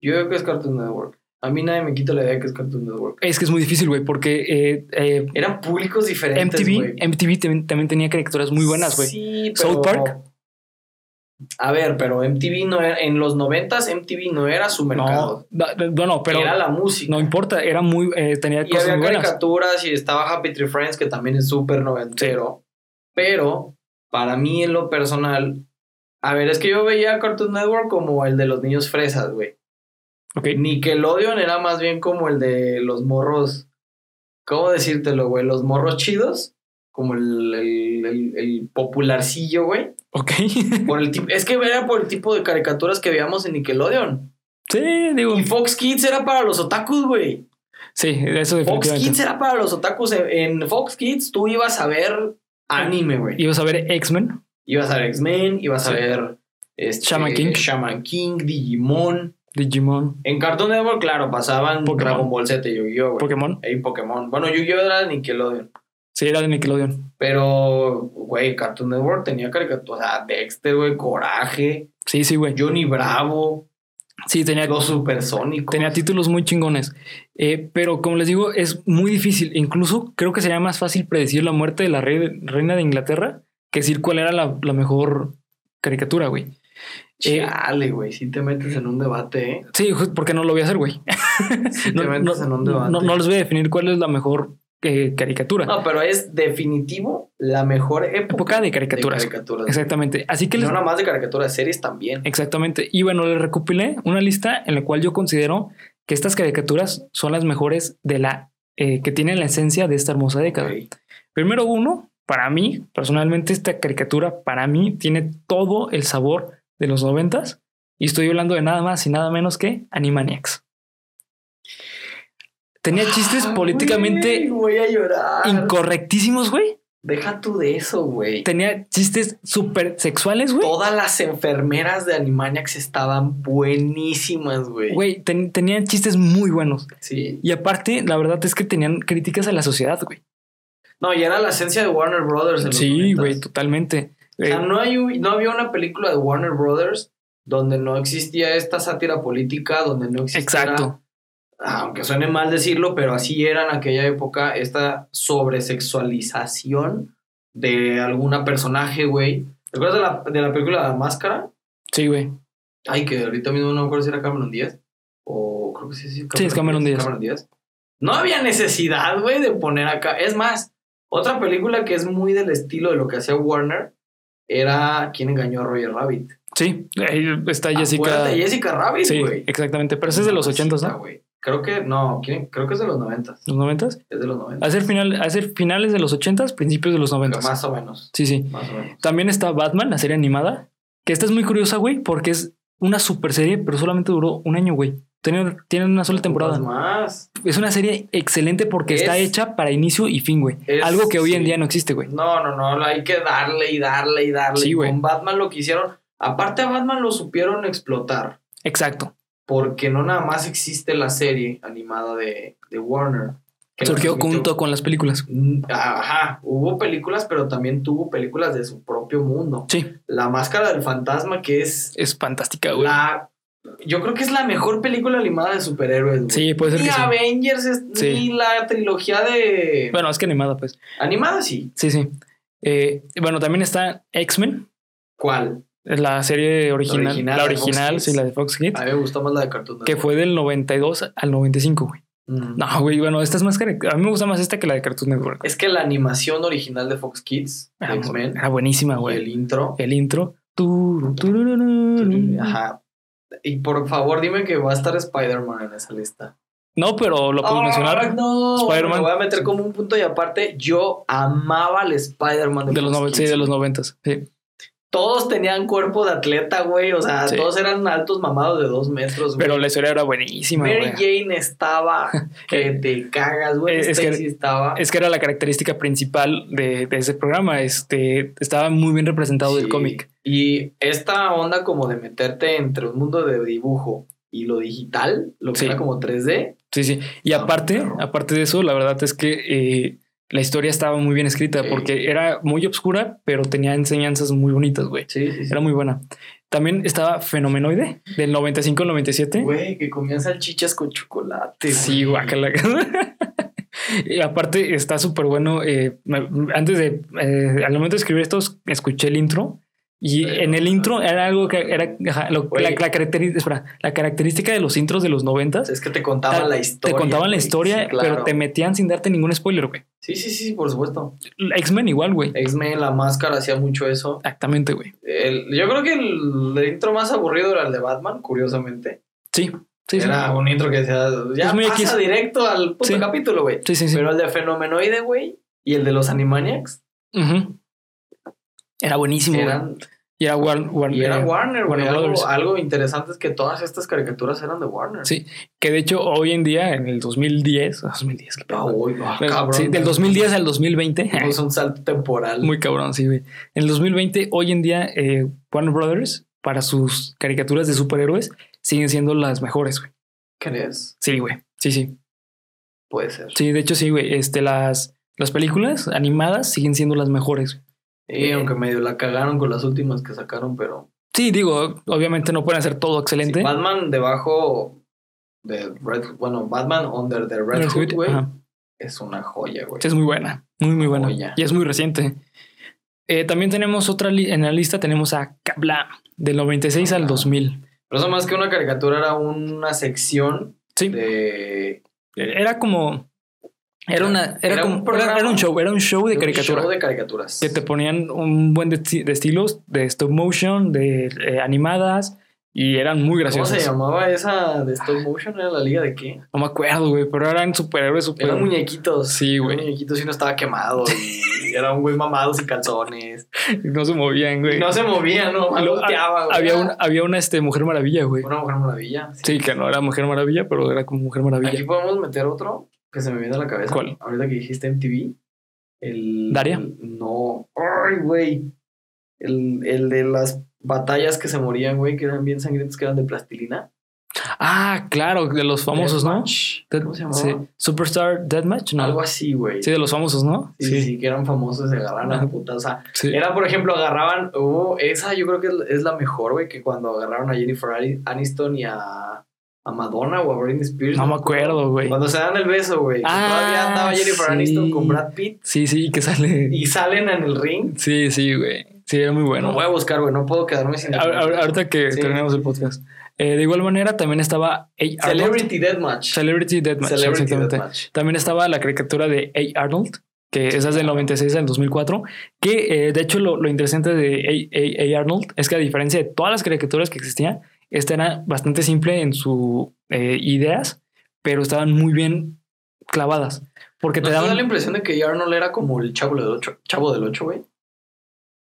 B: Yo creo que es Cartoon Network. A mí nadie me quita la idea que es Cartoon Network.
A: Es que es muy difícil, güey, porque eh, eh,
B: Eran públicos diferentes,
A: MTV,
B: güey.
A: MTV también, también tenía caricaturas muy buenas, güey.
B: Sí, pero...
A: South Park.
B: A ver, pero MTV no era... En los noventas MTV no era su mercado.
A: no, da- da- no, no, pero
B: era la música.
A: no importa. Era muy, eh, tenía
B: y
A: cosas
B: había
A: muy buenas.
B: caricaturas y estaba Happy Tree Friends, que también es súper noventero. Pero para mí, en lo personal, a ver, es que yo veía Cartoon Network como el de los niños fresas, güey.
A: Ok.
B: Nickelodeon era más bien como el de los morros. ¿Cómo decírtelo, güey? Los morros chidos. Como el, el, el- el popularcillo, güey.
A: Ok.
B: Por el tip- es que era por el tipo de caricaturas que veíamos en Nickelodeon.
A: sí, digo.
B: Y Fox Kids era para los otakus, güey.
A: Sí, eso
B: Fox
A: definitivamente.
B: Kids era para los otakus. En en Fox Kids tú ibas a ver anime, güey.
A: Ibas a ver X-Men.
B: Ibas a ver X-Men, ibas a
A: Sí.
B: ver este,
A: Shaman King.
B: Shaman King, Digimon.
A: Digimon,
B: En Cartoon Network, claro, pasaban
A: Pokémon.
B: Dragon Ball Z y Yu-Gi-Oh, güey.
A: Pokémon.
B: Y Pokémon. Bueno, Yu-Gi-Oh era de Nickelodeon.
A: Sí, era de Nickelodeon.
B: Pero, güey, Cartoon Network tenía caricaturas. O sea, Dexter, güey, Coraje,
A: Sí, sí, güey.
B: Johnny Bravo,
A: Sí, tenía,
B: Los Supersónicos.
A: tenía títulos muy chingones. Eh, pero como les digo, es muy difícil. Incluso creo que sería más fácil predecir la muerte de la re- reina de Inglaterra que decir cuál era la, la mejor caricatura, güey. Eh,
B: Chale, güey, si te metes en un debate, ¿eh?
A: sí, ju- porque no lo voy a hacer, güey.
B: Si
A: No,
B: te metes en
A: no,
B: un debate.
A: no- no les voy a definir cuál es la mejor eh, caricatura.
B: No, pero es definitivo la mejor época,
A: Época de caricaturas.
B: de caricaturas.
A: Exactamente. Así que
B: Y
A: les,
B: No nada más de caricaturas, series también.
A: Exactamente. Y bueno, le recopilé una lista en la cual yo considero que estas caricaturas son las mejores de la eh, que tienen la esencia de esta hermosa década.
B: Ok.
A: Primero uno, para mí, personalmente esta caricatura para mí tiene todo el sabor de los noventas y estoy hablando de nada más y nada menos que Animaniacs. Tenía chistes
B: Ah, güey, Ah.
A: políticamente
B: voy a llorar.
A: incorrectísimos, güey.
B: Deja tú de eso, güey.
A: Tenía chistes súper sexuales, güey.
B: Todas las enfermeras de Animaniacs estaban buenísimas, güey.
A: Güey, ten- tenían chistes muy buenos.
B: Sí.
A: Y aparte, la verdad es que tenían críticas a la sociedad, güey.
B: No, y era la esencia de Warner Brothers. en los
A: Sí,
B: noventas.
A: güey, totalmente.
B: O sea,
A: Eh,
B: no, hay, un- no había una película de Warner Brothers donde no existía esta sátira política, donde no existía
A: exacto.
B: aunque suene mal decirlo, pero así era en aquella época esta sobresexualización de alguna personaje, güey. ¿Te acuerdas de la, de la película La Máscara?
A: Sí, güey.
B: Ay, que ahorita mismo no me acuerdo si era Cameron Díaz. O creo que sí, sí,
A: Sí, es Cameron Díaz.
B: Cameron Díaz. No había necesidad, güey, de poner acá. Es más, otra película que es muy del estilo de lo que hacía Warner era ¿Quién engañó a Roger Rabbit?
A: Sí, ahí está Jessica.
B: Acuérdate, Jessica Rabbit,
A: sí,
B: güey.
A: exactamente. Pero ese es de los ochentas,
B: Mamacita,
A: ¿no?
B: güey. Creo que, no, ¿quién? creo que es de los noventas.
A: ¿Los noventas?
B: Es de los noventas.
A: Hacer, final, hacer finales de los ochentas, principios de Ah, los noventas.
B: Más o menos.
A: Sí, sí.
B: Más o menos.
A: También está Batman, la serie animada. Que esta es muy curiosa, güey, porque es una super serie, pero solamente duró un año, güey. Tienen, tienen una sola temporada.
B: Más.
A: Es una serie excelente porque está
B: Es-
A: hecha para inicio y fin, güey.
B: es-
A: Algo que hoy en
B: sí.
A: día no existe, güey.
B: No, no, no. Hay que darle y darle y darle.
A: Sí,
B: Y
A: güey.
B: Con Batman lo que hicieron. Aparte a Batman lo supieron explotar.
A: Exacto.
B: Porque no nada más existe la serie animada de, de Warner. que
A: Surgió
B: las metió-
A: junto con las películas.
B: Ajá, hubo películas, pero también tuvo películas de su propio mundo.
A: Sí,
B: La Máscara del Fantasma, que es
A: es fantástica, güey.
B: la... Yo creo que es la mejor película animada de superhéroes. güey.
A: Sí, puede ser
B: Ni
A: que sí.
B: Avengers, es-
A: Sí.
B: ni la trilogía de...
A: Bueno, es que animada, pues.
B: Animada sí.
A: Sí, sí. Eh, bueno, también está X-Men,
B: ¿Cuál?
A: es la serie original. La
B: original,
A: original,
B: la de Fox Kids.
A: sí, la de Fox Kids.
B: A mí me gustó más la de Cartoon Network.
A: Que fue del 92 al 95, güey.
B: Mm.
A: No, güey, bueno, esta es más... caric- A mí me gusta más esta que la de Cartoon Network.
B: Es que la animación original de Fox Kids, de
A: Era,
B: X-Men,
A: era buenísima,
B: y el
A: Ah, güey.
B: intro.
A: El intro. Turu, turururu.
B: Ajá. Y por favor, dime que va a estar Spider-Man en esa lista.
A: No, pero lo puedo
B: ¡Ah,
A: mencionar.
B: No,
A: Spider-Man.
B: Me voy a meter como un punto y aparte, yo amaba al Spider-Man de,
A: De los,
B: Fox
A: noven-
B: Kids.
A: sí, de los noventas. Sí.
B: Todos tenían cuerpo de atleta, güey. O sea,
A: Sí.
B: todos eran altos mamados de dos metros, güey.
A: Pero la historia era buenísima,
B: Mary
A: güey. Eh,
B: Jane estaba que te cagas, güey.
A: Es- es que-
B: Stacy estaba.
A: Es que era la característica principal de, de ese programa. Este estaba muy bien representado
B: Sí.
A: del cómic.
B: Y esta onda como de meterte entre un mundo de dibujo y lo digital, lo que
A: Sí.
B: era como 3D.
A: Sí, sí. Y
B: Ah,
A: aparte,
B: perro.
A: aparte de eso, la verdad es que eh, la historia estaba muy bien escrita
B: Sí.
A: porque era muy obscura, pero tenía enseñanzas muy bonitas, güey.
B: Sí, sí,
A: Era muy buena. También estaba Fenomenoide del 95 al 97.
B: Güey, que comían salchichas con chocolate.
A: Sí,
B: güey.
A: guacala. y aparte está súper bueno. eh, me- antes de, eh, al momento de escribir esto, es- escuché el intro. Y
B: Pero-
A: en el intro era algo que era ajá, lo-
B: Oye.
A: la, la caracteri- espera, la característica de los intros de los noventas.
B: Es que te contaban
A: Ta-
B: la historia.
A: te contaban la
B: güey.
A: historia,
B: Sí, claro.
A: pero te metían sin darte ningún spoiler, güey.
B: Sí, sí, sí, por supuesto.
A: X-Men igual, güey.
B: X-Men, la máscara, hacía mucho eso.
A: Exactamente, güey.
B: El- yo creo que el, el intro más aburrido era el de Batman, curiosamente.
A: Sí, sí, sí.
B: era un intro que decía, ya
A: Es muy
B: pasa
A: X.
B: directo al puto
A: Sí.
B: capítulo, güey.
A: Sí, sí, sí.
B: Pero el de Fenomenoide, güey, y el de los Animaniacs,
A: Ujú. Era buenísimo, güey.
B: eran,
A: Y era War- War-
B: y era
A: eh,
B: Warner, güey.
A: Warner
B: Algo,
A: Brothers.
B: algo interesante es que todas estas caricaturas eran de Warner.
A: Sí. Que de hecho, hoy en día, en el 2010, 2010, qué
B: Ah,
A: pedo.
B: uy, ah,
A: Pero,
B: cabrón.
A: Pues, sí, del 2010 al 2020.
B: Es un salto temporal.
A: Muy cabrón, sí, güey. En el 2020, hoy en día, eh, Warner Brothers, para sus caricaturas de superhéroes, siguen siendo las mejores, güey.
B: ¿Crees?
A: Sí, güey. Sí, sí.
B: Puede ser.
A: Sí, de hecho, sí, güey. Este, las, las películas animadas siguen siendo las mejores.
B: Y aunque medio la cagaron con las últimas que sacaron, pero.
A: Sí, digo, obviamente no pueden hacer todo excelente.
B: Sí, Batman debajo de Red bueno, Batman Under the Red
A: Red
B: Hood,
A: Hood,
B: güey,
A: ajá.
B: es una joya, güey.
A: Sí, es muy buena, muy, muy buena.
B: Joya.
A: Y es muy reciente. Eh, también tenemos otra li- en la lista, tenemos a Kabla, del 96 al
B: Kabla.
A: 2000.
B: Pero eso más que una caricatura era una sección
A: Sí.
B: de.
A: E-, Era como. Era una. Era,
B: Era un
A: como. era-
B: programa.
A: era un show. Era un show de
B: un
A: caricatura.
B: show de caricaturas.
A: Que te ponían un buen de, esti- de estilos de stop motion, de eh, animadas. Y eran muy
B: ¿Cómo se
A: graciosas.
B: llamaba esa de stop motion? ¿Era la liga de qué?
A: No me acuerdo, güey. Pero eran superhéroes, super.
B: Eran muñequitos.
A: Pues, Sí, güey.
B: Eran muñequitos y uno estaba quemado. Y era un güey mamado sin calzones.
A: No se movían, güey.
B: Y no se movía, no.
A: Y luego,
B: volteaba, güey. Ah,
A: había una, había una este, Mujer Maravilla, güey.
B: Una mujer maravilla.
A: Sí, que no era Mujer Maravilla, pero era como Mujer
B: Aquí
A: Maravilla.
B: podemos meter otro que se me viene a la cabeza.
A: ¿Cuál?
B: Ahorita que dijiste MTV. El.
A: ¿Daria?
B: no. Ay, güey. El, el de las batallas que se morían, güey, que eran bien sangrientos, que eran de plastilina.
A: Ah, claro, de los famosos, ¿no?
B: Deathmatch.
A: Dead-
B: ¿Cómo se llamaba?
A: sí. Superstar Deathmatch, ¿no?
B: Algo así, güey.
A: Sí, de los famosos, ¿no?
B: Sí, sí, sí, que eran famosos, se agarraban a
A: Ajá.
B: putas. O sea,
A: sí.
B: Era, por ejemplo, agarraban. hubo- esa yo creo que es- es la mejor, güey, que cuando agarraron a Jennifer Ani- Aniston y a, a Madonna o a Britney Spears.
A: No me acuerdo, güey.
B: Cuando se dan el beso, güey. que
A: Ah,
B: todavía andaba Jennifer
A: sí.
B: Aniston con Brad Pitt
A: Sí, sí, que sale.
B: y salen en el ring.
A: Sí, sí, güey. Sí, era muy
B: Bueno,
A: bueno.
B: voy a buscar, güey. No puedo quedarme sin.
A: A- a- Ahorita que
B: Ah, Sí.
A: terminamos el podcast. Eh, de igual manera, también estaba A. Arnold.
B: Celebrity Deathmatch.
A: Celebrity Deathmatch.
B: Celebrity
A: exactamente.
B: Deathmatch.
A: También estaba la caricatura de A. Arnold, que esa es del 96 al 2004. Que eh, de hecho, lo, lo interesante de A. A. Arnold es que, a diferencia de todas las caricaturas que existían, esta era bastante simple en sus ideas, pero estaban muy bien clavadas. Porque
B: ¿No
A: te
B: te da
A: daban.
B: la impresión de que Arnold era como el chavo del 8, chavo del 8, güey?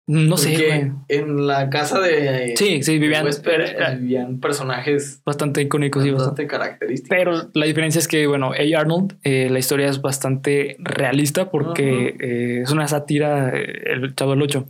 A: No sé, güey.
B: En la casa de.
A: Sí, sí, vivían.
B: Wes Pérez,
A: era
B: vivían personajes
A: Bastante icónicos y bastante.
B: bastante característicos.
A: Pero la diferencia es que, bueno, A. Arnold, eh, la historia es bastante realista porque eh, es una sátira, eh, el Chavo del 8.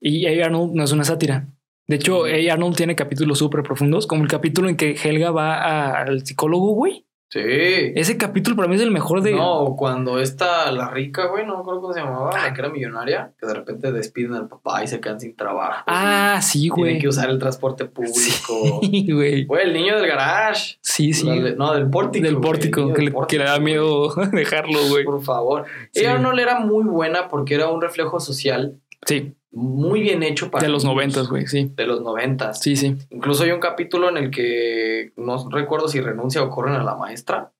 A: Y A. Arnold no es una sátira. De hecho, A. Arnold tiene capítulos súper profundos, como el capítulo en que Helga va a- al psicólogo, güey.
B: Sí.
A: Ese capítulo para mí es el mejor de.
B: No, cuando esta, la rica, güey, no me acuerdo cómo se llamaba, la que era millonaria, que de repente despiden al papá y se quedan sin trabajo.
A: ah, sí,
B: güey.
A: güey.
B: Tienen que usar el transporte público.
A: Sí, güey.
B: Güey, el niño del garage.
A: Sí, sí.
B: La de- no, del pórtico.
A: del
B: güey, el
A: pórtico,
B: niño
A: que,
B: del
A: le, que le da
B: pórtico, güey.
A: miedo dejarlo, güey.
B: Por favor.
A: Sí.
B: Ella no le era muy buena porque era un reflejo social
A: Sí,
B: muy bien hecho para.
A: de los
B: niños.
A: noventas, güey, sí.
B: De los noventas.
A: Sí, sí.
B: Incluso hay un capítulo en el que no recuerdo si renuncia o corren a la maestra.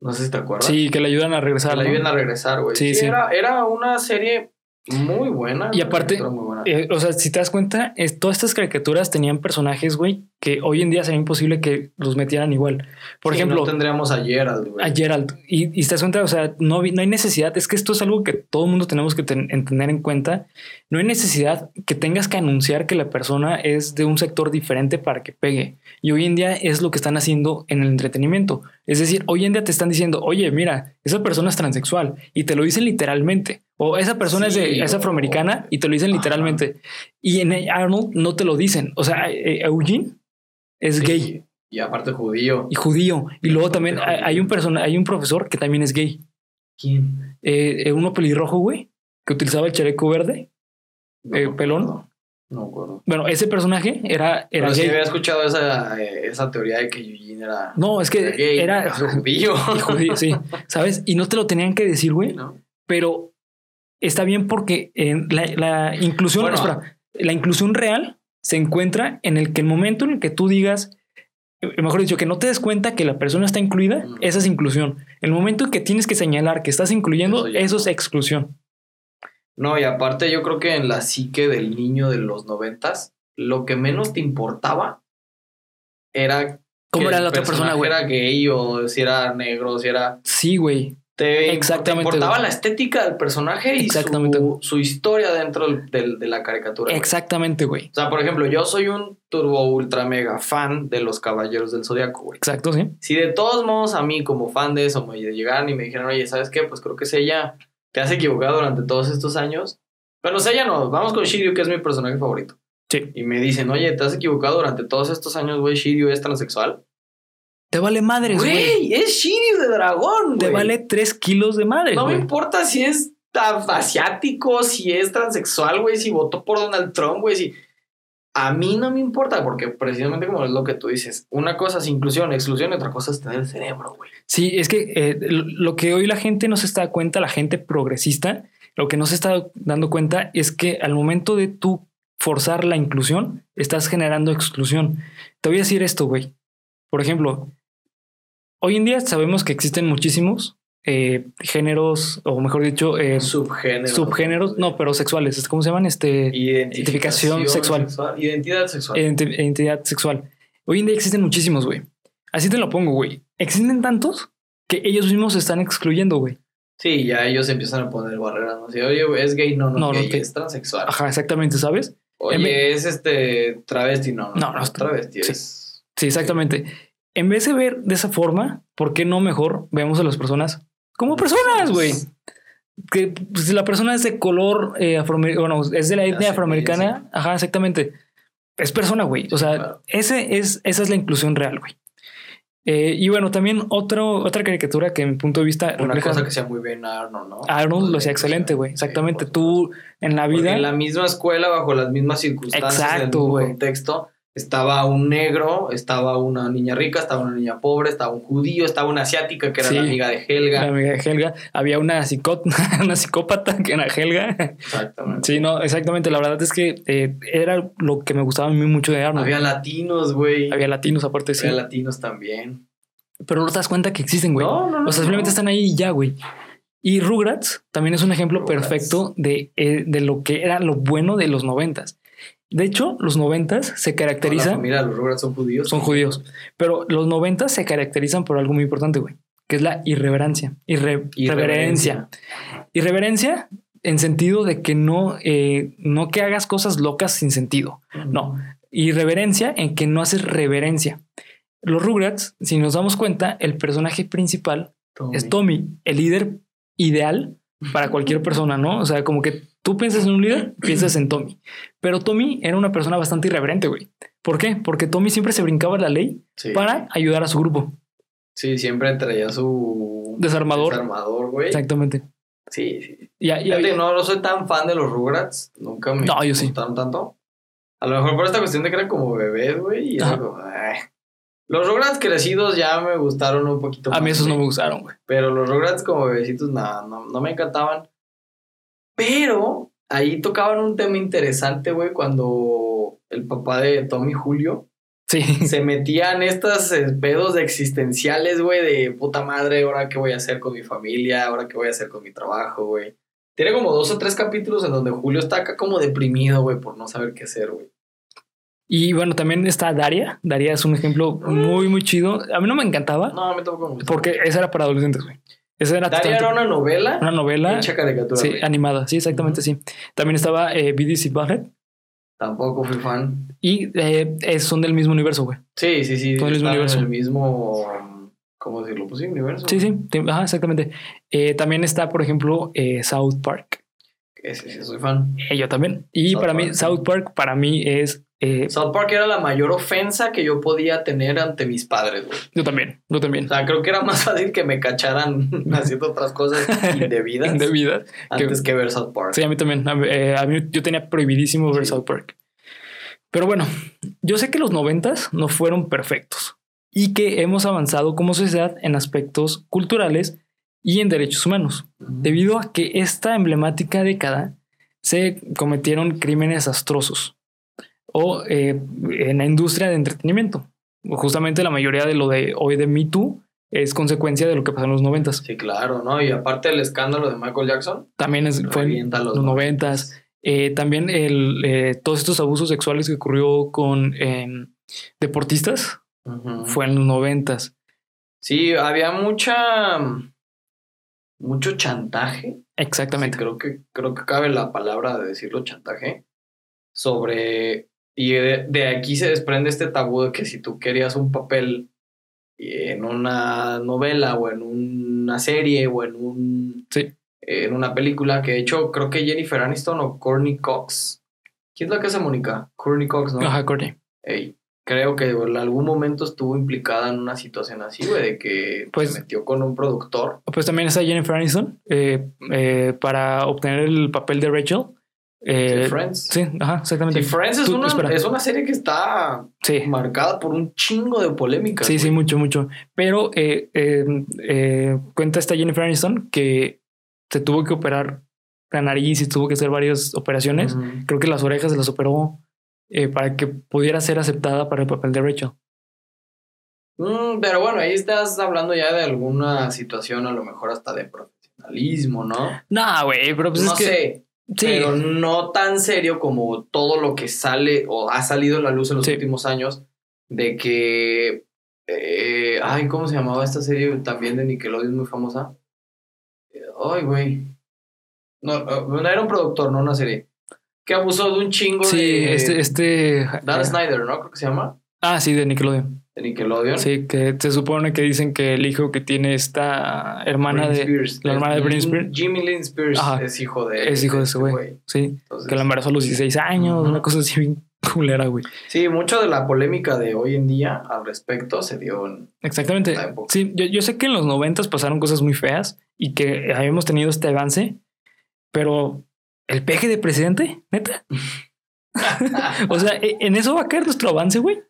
B: No sé si te acuerdas.
A: Sí, que le ayudan a
B: Que
A: regresar.
B: la
A: ¿no?
B: ayudan a regresar, güey.
A: Sí, sí.
B: Era, era una serie muy buena.
A: Y
B: una
A: aparte,
B: caricatura muy buena.
A: Eh, o sea, si te das cuenta, es- todas estas caricaturas tenían personajes, güey, que hoy en día sería imposible que los metieran igual. Por
B: Sí,
A: ejemplo,
B: No tendríamos a Gerald, güey.
A: a Gerald. Y, y te das cuenta, o sea, no, vi- no hay necesidad. Es que esto es algo que todo el mundo tenemos que ten- en- tener en cuenta. No hay necesidad que tengas que anunciar que la persona es de un sector diferente para que pegue. Y hoy en día es lo que están haciendo en el entretenimiento. Es decir, hoy en día te están diciendo, oye, mira, esa persona es transexual y te lo dicen literalmente. O esa persona es, de-
B: Sí,
A: es
B: o-
A: afroamericana y te lo dicen
B: Ajá.
A: literalmente. Y en Arnold no te lo dicen. O sea, eh, Eugene es
B: Sí,
A: gay
B: Y aparte judío.
A: y judío. Y luego también hay hay un persona, hay un profesor que también es gay.
B: quién?
A: Eh, eh, uno pelirrojo, güey, que utilizaba el chaleco verde.
B: No
A: Eh,
B: me
A: pelón.
B: acuerdo. No me acuerdo.
A: Bueno, ese personaje era, era
B: Pero sí
A: gay.
B: había escuchado esa, eh, esa teoría de que Eugene era,
A: No, es que
B: era gay.
A: era
B: judío.
A: y judío, sí. ¿Sabes? Y no te lo tenían que decir, güey.
B: ¿no?
A: Pero está bien porque en la, la inclusión,
B: Bueno.
A: espera, la inclusión real se encuentra en el que el momento en el que tú digas, eh, mejor dicho, que no te des cuenta que la persona está incluida,
B: Ujú.
A: esa es inclusión. El momento en que tienes que señalar que estás incluyendo,
B: Eso ya
A: eso
B: no.
A: es exclusión.
B: No, y aparte yo creo que en la psique del niño de los noventas, lo que menos te importaba era
A: ¿Cómo
B: que
A: era
B: el
A: la otra persona,
B: personaje
A: güey?
B: Era gay o si era negro, si era...
A: Sí, güey.
B: Te,
A: Exactamente,
B: te importaba
A: güey.
B: la estética del personaje y
A: Exactamente.
B: su, su historia dentro del- del- de la caricatura. güey.
A: Exactamente, güey.
B: O sea, por ejemplo, yo soy un turbo ultra mega fan de los Caballeros del Zodiaco, güey.
A: Exacto, sí.
B: Si de todos modos a mí como fan de eso me llegaran y me dijeran, oye, ¿sabes qué? Pues creo que es ella, te has equivocado durante todos estos años. Bueno, es ella no, vamos con Shiryu, que es mi personaje favorito.
A: Sí.
B: Y me dicen, oye, te has equivocado durante todos estos años, güey, Shiryu es transexual.
A: Te vale madres, güey.
B: Güey, es Shiryu de dragón,
A: Te
B: güey.
A: vale tres kilos de madre,
B: No me
A: güey.
B: importa si es ta- asiático, si es transexual, güey, si votó por Donald Trump, güey, si... A mí no me importa, porque precisamente como es lo que tú dices, una cosa es inclusión, exclusión, y otra cosa es tener el cerebro, güey.
A: Sí, es que eh, lo lo que hoy la gente no se está dando cuenta, la gente progresista, lo que no se está dando cuenta es que al momento de tú forzar la inclusión, estás generando exclusión. Te voy a decir esto, güey. Por ejemplo, hoy en día sabemos que existen muchísimos eh, géneros, o mejor dicho, eh,
B: Subgéneros.
A: subgéneros, no, pero sexuales. ¿Cómo se llaman? Este.
B: Identificación
A: Identificación sexual. Eh.
B: Identidad sexual.
A: identi- identidad sexual. Hoy en día existen muchísimos, güey. Así te lo pongo, güey. Existen tantos que ellos mismos se están excluyendo, güey.
B: sí, ya ellos empiezan a poner barreras. ¿no? Así, oye, güey, es gay, no, no,
A: No,
B: es
A: no
B: gay,
A: te-
B: es transexual.
A: Ajá, exactamente, ¿sabes? en
B: Oye, es este travesti, no, no,
A: No, no,
B: es travesti.
A: sí.
B: Es...
A: Sí, exactamente. En vez de ver de esa forma, ¿por qué no mejor vemos a las personas como personas, güey? Que pues, si la persona es de color eh, afroamer- bueno, es de la etnia
B: Ascendencia.
A: afroamericana, ajá, exactamente. Es persona, güey. O sea,
B: claro.
A: ese es, esa es la inclusión real, güey. Eh, y bueno, también otro, otra caricatura que en mi punto de vista
B: Una
A: refleja-
B: cosa que sea muy bien Arnold, ¿no? Pues,
A: Arnold lo hacía
B: Podría
A: excelente,
B: ser.
A: güey.
B: Sí,
A: Exactamente.
B: por supuesto.
A: Tú en la
B: Porque
A: vida.
B: en la misma escuela, bajo las mismas circunstancias, en el
A: Exacto,
B: mismo
A: güey.
B: contexto, estaba un negro, estaba una niña rica, estaba una niña pobre, estaba un judío, estaba una asiática que era
A: Sí.
B: la amiga de
A: la
B: Helga.
A: amiga de Helga, había una, psicó- una psicópata que era Helga.
B: Exactamente.
A: Sí, no, exactamente. La verdad es que eh, era lo que me gustaba a mí mucho de Arnold. Había,
B: Había latinos, güey.
A: latinos aparte, sí.
B: Había latinos también.
A: Pero no te das cuenta que existen, güey.
B: No, no, no,
A: o sea,
B: no.
A: simplemente están ahí y ya, güey. Y Rugrats también es un ejemplo
B: Rugrats.
A: perfecto de, eh, de lo que era lo bueno de los noventas. De hecho, los noventas se
B: Mira,
A: caracterizan...
B: los Rugrats son judíos.
A: son judíos. Pero los 90 se caracterizan por algo muy importante, güey, que es la irreverencia. Irre- irreverencia. Irreverencia en sentido de que no, eh, no que hagas cosas locas sin sentido. No. Irreverencia en que no haces reverencia. Los Rugrats, si nos damos cuenta, el personaje principal es Tommy, el líder ideal para cualquier persona, ¿no? O sea, como que tú piensas en un líder, piensas en Tommy. Pero Tommy era una persona bastante irreverente, güey. ¿Por qué? Porque Tommy siempre se brincaba la ley
B: Sí.
A: para ayudar a su grupo.
B: Sí, siempre traía su
A: Desarmador.
B: desarmador, güey.
A: Exactamente.
B: Sí, sí.
A: Y, y
B: Fíjate,
A: había-
B: no, no soy tan fan de los Rugrats. Nunca me
A: No, yo sí.
B: gustaron tanto. A lo mejor por esta cuestión de que eran como bebés, güey. Y era
A: Ajá.
B: como, "Ay". Los Rugrats crecidos ya me gustaron un poquito
A: a mí
B: más,
A: esos no
B: güey.
A: me gustaron, güey.
B: Pero los Rugrats como bebecitos, nada, no, no me encantaban. Pero ahí tocaban un tema interesante, güey, cuando el papá de Tommy Julio
A: Sí.
B: se metían estas eh, pedos de existenciales, güey, de puta madre, ahora qué voy a hacer con mi familia, ahora qué voy a hacer con mi trabajo, güey. Tiene como dos o tres capítulos en donde Julio está acá como deprimido, güey, por no saber qué hacer, güey.
A: Y bueno, también está Daria. Daria es un ejemplo muy, muy chido. A mí no me encantaba
B: No, a mí tampoco me gusta.
A: porque esa era para adolescentes, güey. Esa era,
B: Daria
A: totalmente
B: era una novela,
A: una novela
B: hecha caricatura,
A: sí,
B: güey.
A: animada. Sí, exactamente, sí. También estaba eh, BDC Barrett
B: Tampoco fui fan.
A: y eh, eh, son del mismo universo, güey.
B: Sí, sí, sí.
A: Todo el mismo
B: están
A: universo.
B: En el mismo. ¿Cómo decirlo? Pues sí, universo.
A: Sí, sí, te- ajá, exactamente. Eh, también está, por ejemplo, eh, South Park.
B: Ese sí, soy fan.
A: Eh, yo también. Y
B: South
A: para mí,
B: Park.
A: South Park, para mí es. eh,
B: South Park era la mayor ofensa que yo podía tener ante mis padres, güey.
A: yo también, yo también.
B: O sea, creo que era más fácil que me cacharan haciendo otras cosas indebidas
A: De vida.
B: antes que ver South Park.
A: Sí, a mí también. A, mí- eh, a mí yo tenía prohibidísimo ver
B: Sí.
A: South Park. Pero bueno, yo sé que los noventas no fueron perfectos y que hemos avanzado como sociedad en aspectos culturales y en derechos humanos. Debido a que esta emblemática década se cometieron crímenes astrosos o eh, en la industria de entretenimiento. Justamente la mayoría de lo de hoy de Me Too es consecuencia de lo que pasó en los noventas.
B: Sí, claro, ¿no? Y aparte el escándalo de Michael Jackson,
A: También es, fue en
B: revienta los
A: los noventas. Eh, también el, eh, todos estos abusos sexuales que ocurrió con eh, deportistas
B: Ujú.
A: fue en los noventas.
B: Sí, había mucha. mucho chantaje
A: Exactamente.
B: Sí, creo que creo que cabe la palabra de decirlo chantaje sobre y de, de aquí se desprende este tabú de que si tú querías un papel en una novela o en una serie o en un
A: Sí.
B: en una película que de hecho creo que Jennifer Aniston o Courtney Cox ¿quién es la que hace Mónica? Courtney Cox ¿no?
A: Ajá, Courtney.
B: Ey, creo que en algún momento estuvo implicada en una situación así güey de que
A: Pues-
B: se metió con un productor
A: Pues también está Jennifer Aniston eh, eh, para obtener el papel de Rachel. Eh,
B: de Friends
A: sí, ajá, exactamente.
B: Sí, Friends es
A: Tú-
B: una,
A: espera.
B: es una serie que está
A: Sí,
B: marcada por un chingo de polémica.
A: sí, sí,
B: güey.
A: mucho, mucho. Pero eh, eh, eh, cuenta esta Jennifer Aniston que se tuvo que operar la nariz y tuvo que hacer varias operaciones.
B: Ujú.
A: creo que las orejas se las operó eh, para que pudiera ser aceptada para el papel de Rachel.
B: Mm, pero bueno, ahí estás hablando ya de alguna situación, a lo mejor hasta de profesionalismo, ¿no?
A: No, güey, pero pues
B: no
A: es que.
B: sé,
A: sí,
B: pero no tan serio como todo lo que sale o ha salido a la luz en los
A: Sí.
B: últimos años de que. eh, ay, ¿cómo se llamaba esta serie también de Nickelodeon muy famosa? Eh, Ay, güey. No, eh, no era un productor, no una serie. Que abusó de un chingo
A: sí,
B: de.
A: este, este.
B: Dan
A: eh,
B: Snyder, ¿no? Creo que se llama.
A: ah, sí, de Nickelodeon.
B: De Nickelodeon.
A: Sí, que se supone que dicen que el hijo que tiene esta hermana
B: Britney
A: de.
B: Spears.
A: la hermana de Britney Spears.
B: Jimmy Lynn Spears
A: Ajá.
B: es hijo de. este
A: Es hijo de ese güey. Sí,
B: Entonces,
A: que la embarazó a los 16 años,
B: Ujú.
A: una cosa así bien culera, güey.
B: Sí, mucho de la polémica de hoy en día al respecto se dio en.
A: Exactamente.
B: Está un poco-
A: Sí, yo, yo sé que en los noventas pasaron cosas muy feas y que habíamos tenido este avance, pero el peje de presidente, neta. o sea, ¿e- en eso va a caer nuestro avance, güey.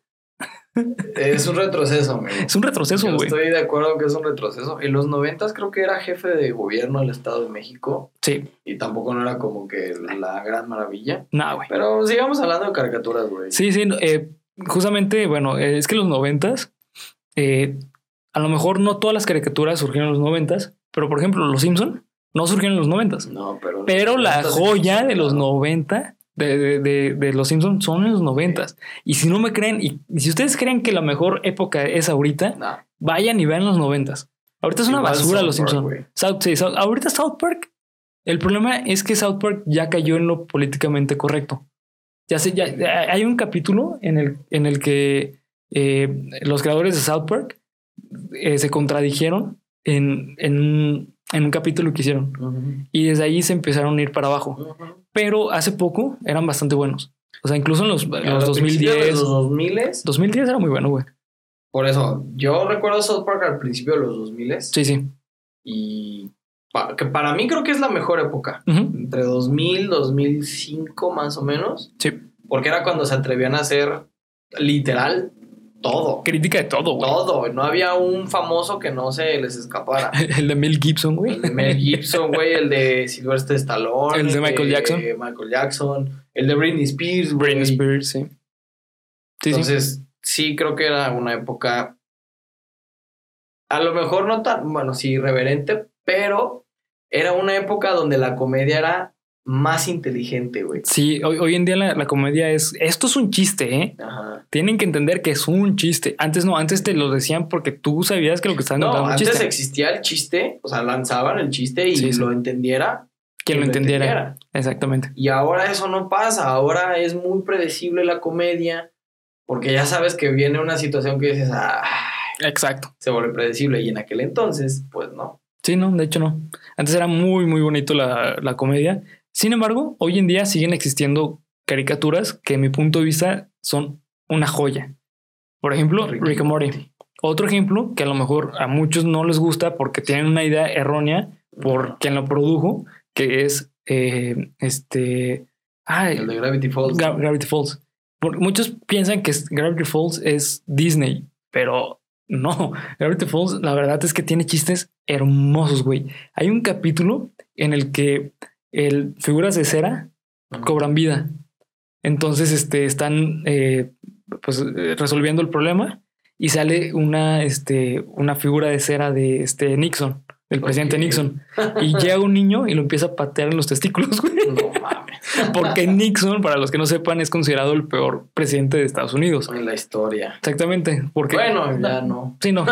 B: es un retroceso, amigo.
A: Es un retroceso,
B: Yo
A: güey.
B: estoy de acuerdo que es un retroceso. En los noventas creo que era jefe de gobierno del Estado de México
A: Sí,
B: y tampoco no era como que la gran maravilla.
A: nada, güey.
B: Pero sigamos hablando de caricaturas, güey.
A: Sí, sí, no, eh, justamente, bueno, eh, es que los noventas, eh, a lo mejor no todas las caricaturas surgieron en los noventas, pero por ejemplo, los Simpson no surgieron en los noventas.
B: No, pero.
A: Pero la
B: Entonces,
A: joya de los
B: claro.
A: 90, de, de, de- de los Simpsons, son en los 90. Y si no me creen, y, y si ustedes creen que la mejor época es ahorita,
B: Nah.
A: vayan y vean los 90. Ahorita es una
B: Igual
A: basura
B: South
A: los
B: Park,
A: Simpsons.
B: güey.
A: South, sí, South- ahorita South Park. El problema es que South Park ya cayó en lo políticamente correcto. Ya sé, ya, ya- hay un capítulo en el, en el que eh, los creadores de South Park eh, se contradijeron en, en un- en un capítulo que hicieron. Y desde ahí se empezaron a ir para abajo
B: Ujú.
A: pero hace poco eran bastante buenos. O sea, incluso en los,
B: A
A: los
B: principios
A: 2010.
B: de Los 2000
A: 2010 era muy bueno, güey.
B: Por eso, yo recuerdo South Park al principio de los 2000
A: Sí, sí.
B: y pa- que para mí creo que es la mejor época.
A: Ujú.
B: Entre 2000, 2005 más o menos.
A: Sí.
B: Porque era cuando se atrevían a hacer literal todo.
A: Crítica de todo, güey.
B: Todo. No había un famoso que no se les escapara.
A: El de Mel Gibson, güey.
B: El de Mel Gibson, güey, el de Sylvester Stallone.
A: El de Michael Jackson.
B: Michael Jackson. El de Britney Spears, güey.
A: Brain Spirit, sí. Sí, sí.
B: Entonces, sí, creo que era una época. A lo mejor no tan, bueno, sí, irreverente, pero era una época donde la comedia era más inteligente, güey.
A: Sí, hoy, hoy en día la, la comedia es. Esto es un chiste, ¿eh?
B: Ajá.
A: Tienen que entender que es un chiste. Antes no, antes te lo decían porque tú sabías que lo que estaban
B: No,
A: contando era un
B: antes
A: chiste.
B: existía el chiste, o sea, lanzaban el chiste y
A: Sí, sí.
B: lo entendiera.
A: Quien lo entendiera. Exactamente.
B: Y ahora eso no pasa, ahora es muy predecible la comedia, porque ya sabes que viene una situación que dices, ah,
A: Exacto.
B: se vuelve predecible, y en aquel entonces, pues no.
A: Sí, no, de hecho no. Antes era muy, muy bonito la, la comedia. Sin embargo, hoy en día siguen existiendo caricaturas que, en mi punto de vista, son una joya. Por ejemplo,
B: Rick
A: Rick,
B: and
A: and Morty. Otro ejemplo que a lo mejor a muchos no les gusta porque tienen una idea errónea por quien lo produjo, que es eh, este. Ay,
B: El de Gravity Falls.
A: Gra- Gravity Falls. Por- muchos piensan que es- Gravity Falls es Disney, pero no. Gravity Falls, la verdad es que tiene chistes hermosos, güey. Hay un capítulo en el que el, figuras de cera cobran vida. Entonces, este, están eh, pues, eh, resolviendo el problema y sale una, este, una figura de cera de este, Nixon, del presidente
B: Ok.
A: Nixon. Y llega un niño y lo empieza a patear en los testículos, güey.
B: No mames.
A: Porque Nixon, para los que no sepan, es considerado el peor presidente de Estados Unidos.
B: pues, En la historia.
A: Exactamente. Porque,
B: Bueno, ya no.
A: Sí, no.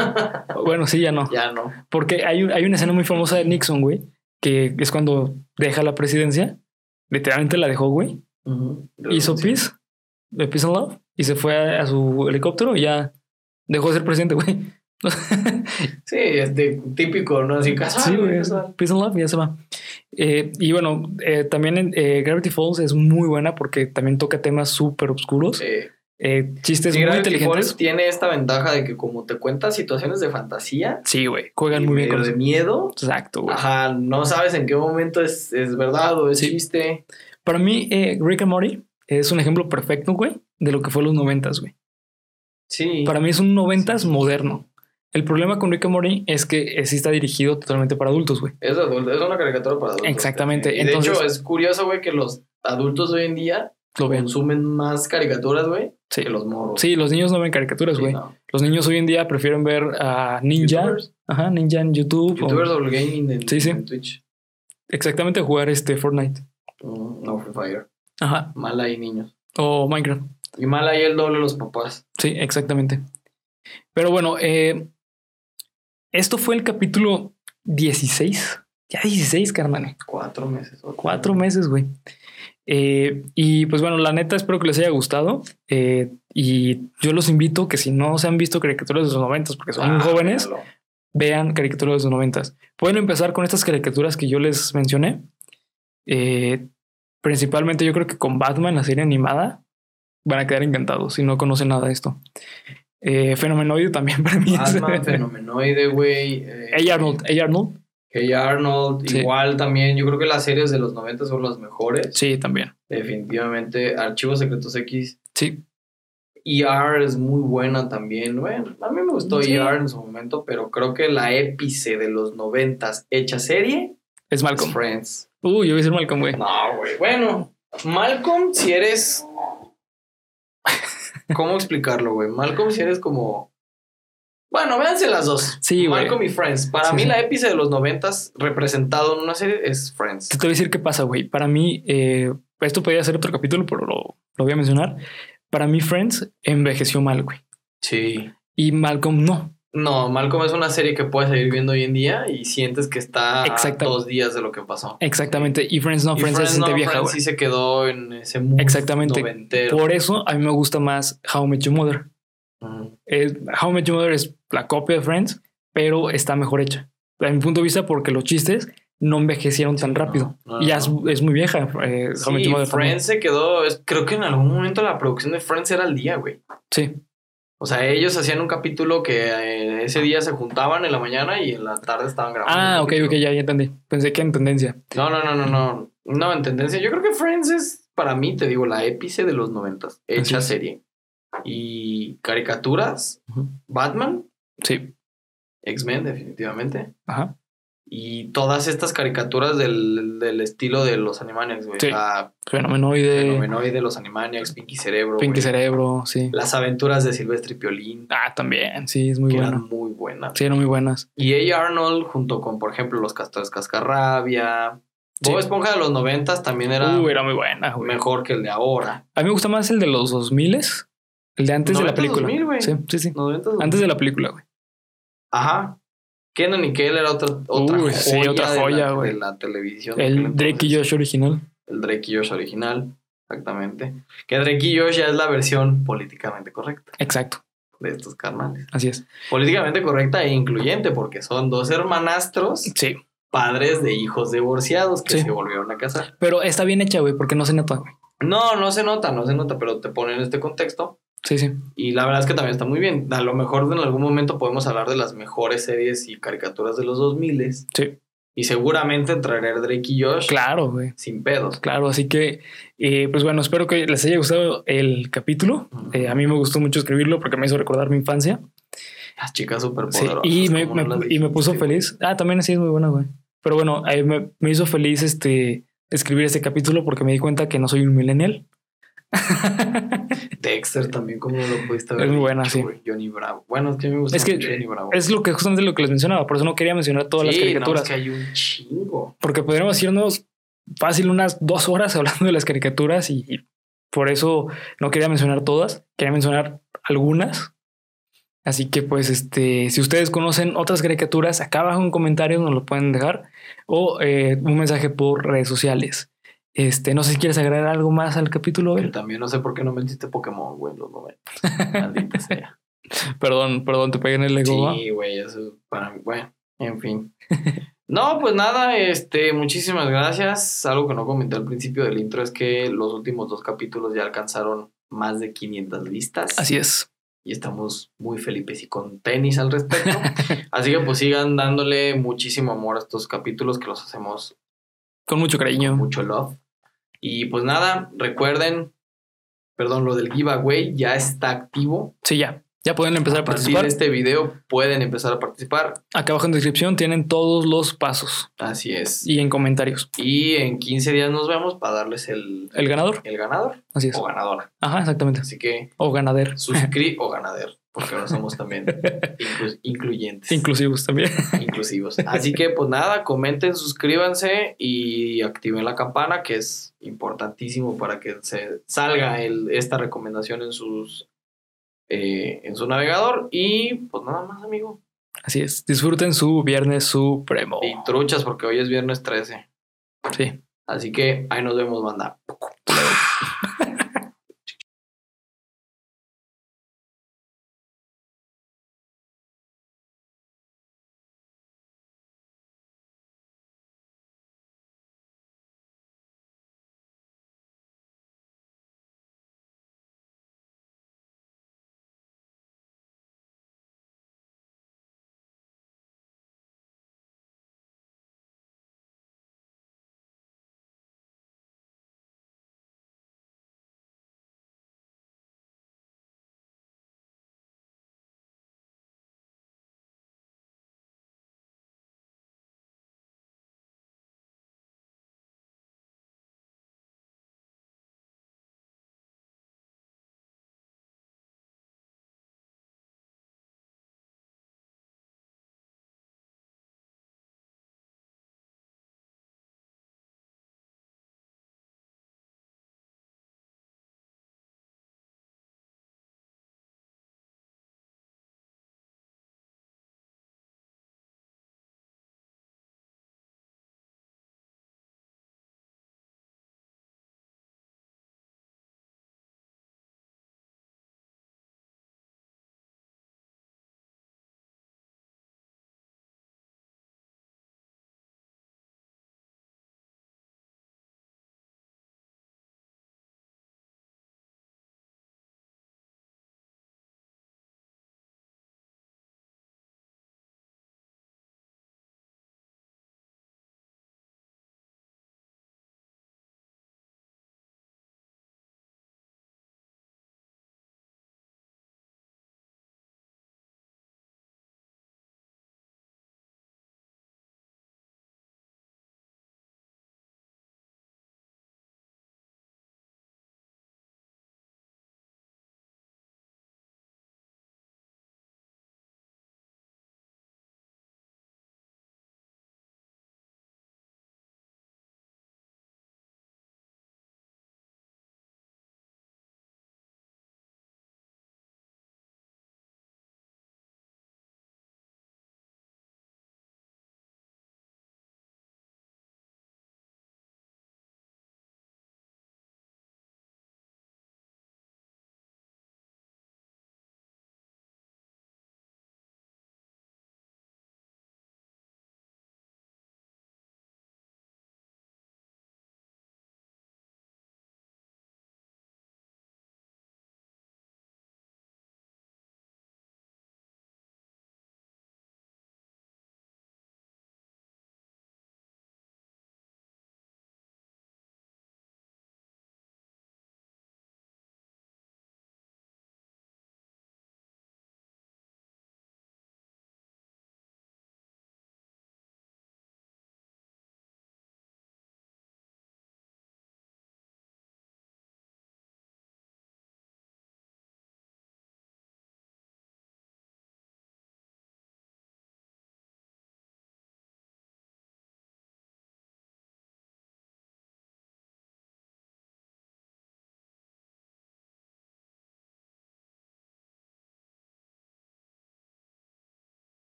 A: Bueno, sí, ya no.
B: Ya no.
A: Porque hay, un- hay una escena muy famosa de Nixon, güey, que es cuando deja la presidencia. Literalmente la dejó, güey. Hizo peace, de peace and love, y se fue a, a su helicóptero y ya dejó de ser presidente, güey.
B: Sí, este típico, ¿no? Así casual.
A: Sí, güey.
B: casual.
A: Peace and love, ya se va. Eh, y bueno, eh, también eh, Gravity Falls es muy buena porque también toca temas súper oscuros.
B: Sí.
A: eh, chistes
B: Sí,
A: muy
B: Gravity
A: inteligentes.
B: Falls tiene esta ventaja de que como te cuentas situaciones de fantasía,
A: Sí, güey. Juegan
B: y
A: muy bien
B: medio
A: con
B: de
A: eso.
B: miedo,
A: Exacto, güey.
B: ajá, no sabes en qué momento es, es verdad o es
A: Sí.
B: chiste.
A: Para mí, eh, Rick and Morty es un ejemplo perfecto, güey, de lo que fue los noventas, güey.
B: Sí.
A: Para mí es un noventas moderno. El problema con Rick and Morty es que eh, sí está dirigido totalmente para adultos, güey.
B: Es, de adulto, es una caricatura para adultos.
A: Exactamente,
B: Y de
A: entonces-
B: hecho, es curioso, güey, que los adultos hoy en día
A: Lo ven.
B: consumen más caricaturas, güey,
A: Sí.
B: que los morros.
A: Sí, los niños no ven caricaturas,
B: Sí,
A: güey.
B: no.
A: Los niños hoy en día prefieren ver a Ninja,
B: Youtubers,
A: ajá, Ninja en YouTube, o
B: youtubers o el gaming en,
A: Sí, sí.
B: en Twitch.
A: exactamente jugar este Fortnite,
B: Mm, No, Free Fire.
A: ajá,
B: Mal ahí, niños.
A: o Minecraft.
B: Y mal ahí el doble los papás.
A: Sí, exactamente. Pero bueno, eh, esto fue el capítulo 16. Ya 16, carnal.
B: Cuatro meses. Ah, o-
A: Cuatro meses, güey. Eh, y pues bueno, la neta, espero que les haya gustado. Eh, y yo los invito que si no se han visto caricaturas de los noventas, porque son muy
B: Ah,
A: jóvenes,
B: míralo.
A: vean caricaturas de los noventas. Pueden empezar con estas caricaturas que yo les mencioné. Eh, principalmente yo creo que con Batman, la serie animada, van a quedar encantados si no conocen nada de esto. Eh, Fenomenoide también para mí. es-
B: Batman, Ah, Fenomenoide, güey. eh,
A: Hey Arnold, Hey Arnold.
B: Hey Arnold.
A: Sí.
B: Igual también. Yo creo que las series de los 90 son las mejores.
A: Sí, también.
B: Definitivamente. Archivos Secretos X.
A: Sí,
B: ER es muy buena también. Bueno, a mí me gustó
A: Sí.
B: ER en su momento, pero creo que la épice de los 90 hecha serie
A: es
B: es
A: Malcolm.
B: Friends.
A: Uy, yo voy a decir Malcolm, güey.
B: No, güey. Bueno, Malcolm, si eres. ¿Cómo explicarlo, güey? Malcolm, si eres como. Bueno, véanse las dos.
A: Sí, güey.
B: Malcolm y Friends. Para
A: Sí,
B: mí,
A: sí.
B: la épice de los noventas representado en una serie es Friends.
A: Te voy a decir qué pasa, güey. Para mí, eh, esto podría ser otro capítulo, pero lo, lo voy a mencionar. Para mí, Friends envejeció mal, güey.
B: Sí.
A: Y Malcolm no.
B: No, Malcolm es una serie que puedes seguir viendo hoy en día y sientes que está a
A: Exacto.
B: dos días de lo que pasó.
A: Exactamente. Y Friends no,
B: Y
A: Friends se siente
B: no,
A: vieja,
B: Friends
A: güey.
B: sí se quedó en ese mundo.
A: Exactamente.
B: Noventero.
A: Por eso a mí me gusta más How I Met Your Mother.
B: Mm.
A: Eh, How I Met Your Mother es la copia de Friends, pero está mejor hecha. A mi punto de vista, porque los chistes no envejecieron tan rápido.
B: no, no,
A: y ya es, es muy vieja. eh, How I Met
B: Sí,
A: Your Mother también.
B: Friends se quedó. es- creo que en algún momento la producción de Friends era al día, güey.
A: Sí,
B: O sea, ellos hacían un capítulo que eh, ese día se juntaban en la mañana y en la tarde estaban grabando.
A: Ah,
B: el
A: ok,
B: capítulo.
A: ok, ya, ya entendí. Pensé que en tendencia.
B: No, no, no, no, no. No, en tendencia. Yo creo que Friends es, para mí, te digo, la épice de los noventas.
A: Así
B: Hecha
A: es.
B: serie. Y caricaturas,
A: Ujú.
B: Batman,
A: Sí.
B: X-Men, definitivamente.
A: Ajá.
B: Y todas estas caricaturas del, del estilo de los Animaniacs, güey.
A: Sí.
B: La
A: Fenomenoide,
B: fenomenoide, los Animaniacs, Pinky Cerebro,
A: Pinky
B: güey.
A: Cerebro, sí.
B: Las aventuras de Silvestre y Piolín,
A: Ah, también, sí, es muy
B: que
A: bueno.
B: eran muy buenas.
A: Sí, eran muy buenas.
B: Y A. Arnold, junto con, por ejemplo, los Castores Cascarrabia.
A: Sí.
B: Bob Esponja de los noventas también era
A: Uh, era muy buena, güey.
B: mejor que el de ahora.
A: A mí me gusta más el de los 2000 el de antes de la
B: 90s,
A: película.
B: 2000, güey.
A: sí, sí, sí.
B: Noventas,
A: Antes de la película, güey.
B: Ajá. Kenan y Kel era otra, otra
A: Uy,
B: joya,
A: Uh, sí, otra
B: de la-
A: joya,
B: de, la,
A: güey.
B: televisión. de aquel
A: El Drake y
B: entonces.
A: Josh original.
B: El Drake y Josh original, exactamente. Que Drake y Josh ya es la versión políticamente correcta
A: Exacto,
B: de estos carnales.
A: así es.
B: Políticamente correcta e incluyente, porque son dos hermanastros,
A: Sí.
B: padres de hijos divorciados que
A: Sí.
B: se volvieron a casar.
A: Pero está bien hecha, güey, porque no se nota, güey.
B: No, no se nota, no se nota, pero te ponen este contexto.
A: Sí, sí.
B: Y la verdad es que también está muy bien. A lo mejor en algún momento podemos hablar de las mejores series y caricaturas de los 2000
A: Sí.
B: Y seguramente traeré a Drake y Josh
A: Claro, güey.
B: sin pedos.
A: Claro, así que, eh, pues bueno, espero que les haya gustado el capítulo.
B: Ujú.
A: Eh, a mí me gustó mucho escribirlo porque me hizo recordar mi infancia.
B: Las chicas
A: Sí,
B: superpoderosas.
A: y, me,
B: ¿cómo
A: me-
B: no las
A: y me puso
B: dijiste?
A: feliz. Ah, también así es muy buena, güey. Pero bueno, eh, me, me hizo feliz este escribir este capítulo porque me di cuenta que no soy un millennial.
B: Dexter también, como lo pudiste ver.
A: Es muy buena, sí.
B: Johnny Bravo. Bueno, es que a mí me gusta
A: Es que,
B: mucho Johnny Bravo.
A: es lo que justamente lo que les mencionaba, por eso no quería mencionar todas las
B: Sí, no, es
A: caricaturas.
B: que hay un chingo.
A: porque podríamos irnos fácil unas dos horas hablando de las caricaturas y, y por eso no quería mencionar todas, quería mencionar algunas. Así que pues este, si ustedes conocen otras caricaturas, acá abajo en comentarios nos lo pueden dejar o eh, un mensaje por redes sociales. Este, no sé si quieres agregar algo más al capítulo.
B: Pero
A: Abel.
B: también no sé por qué no metiste Pokémon, güey, en los 90. Maldita sea.
A: Perdón, perdón, te pegué en el ego. ¿va?
B: Sí, güey, eso para mí. Bueno, en fin. No, pues nada, este, muchísimas gracias. Algo que no comenté al principio del intro es que los últimos dos capítulos ya alcanzaron más de 500 vistas
A: Así es.
B: y estamos muy felices y con tenis al respecto. Así que pues sigan dándole muchísimo amor a estos capítulos que los hacemos
A: Con mucho cariño.
B: mucho love. Y pues nada, recuerden, perdón, lo del giveaway ya está activo.
A: Sí, ya. Ya pueden empezar a
B: A partir
A: participar.
B: de este video pueden empezar a participar.
A: Acá abajo en descripción tienen todos los pasos
B: Así es.
A: y en comentarios.
B: Y en 15 días nos vemos para darles el,
A: El ganador,
B: el ganador
A: así es.
B: o ganadora.
A: Ajá, exactamente.
B: Así que
A: O ganader.
B: suscri o ganader, porque ahora somos también inclu- incluyentes,
A: Inclusivos también.
B: inclusivos. Así que pues nada, comenten, suscríbanse y activen la campana, que es importantísimo para que se salga el- esta recomendación en sus... eh, en su navegador y pues nada más amigo
A: Así es. Disfruten su viernes supremo.
B: y truchas porque hoy es viernes 13
A: Sí.
B: así que ahí nos vemos banda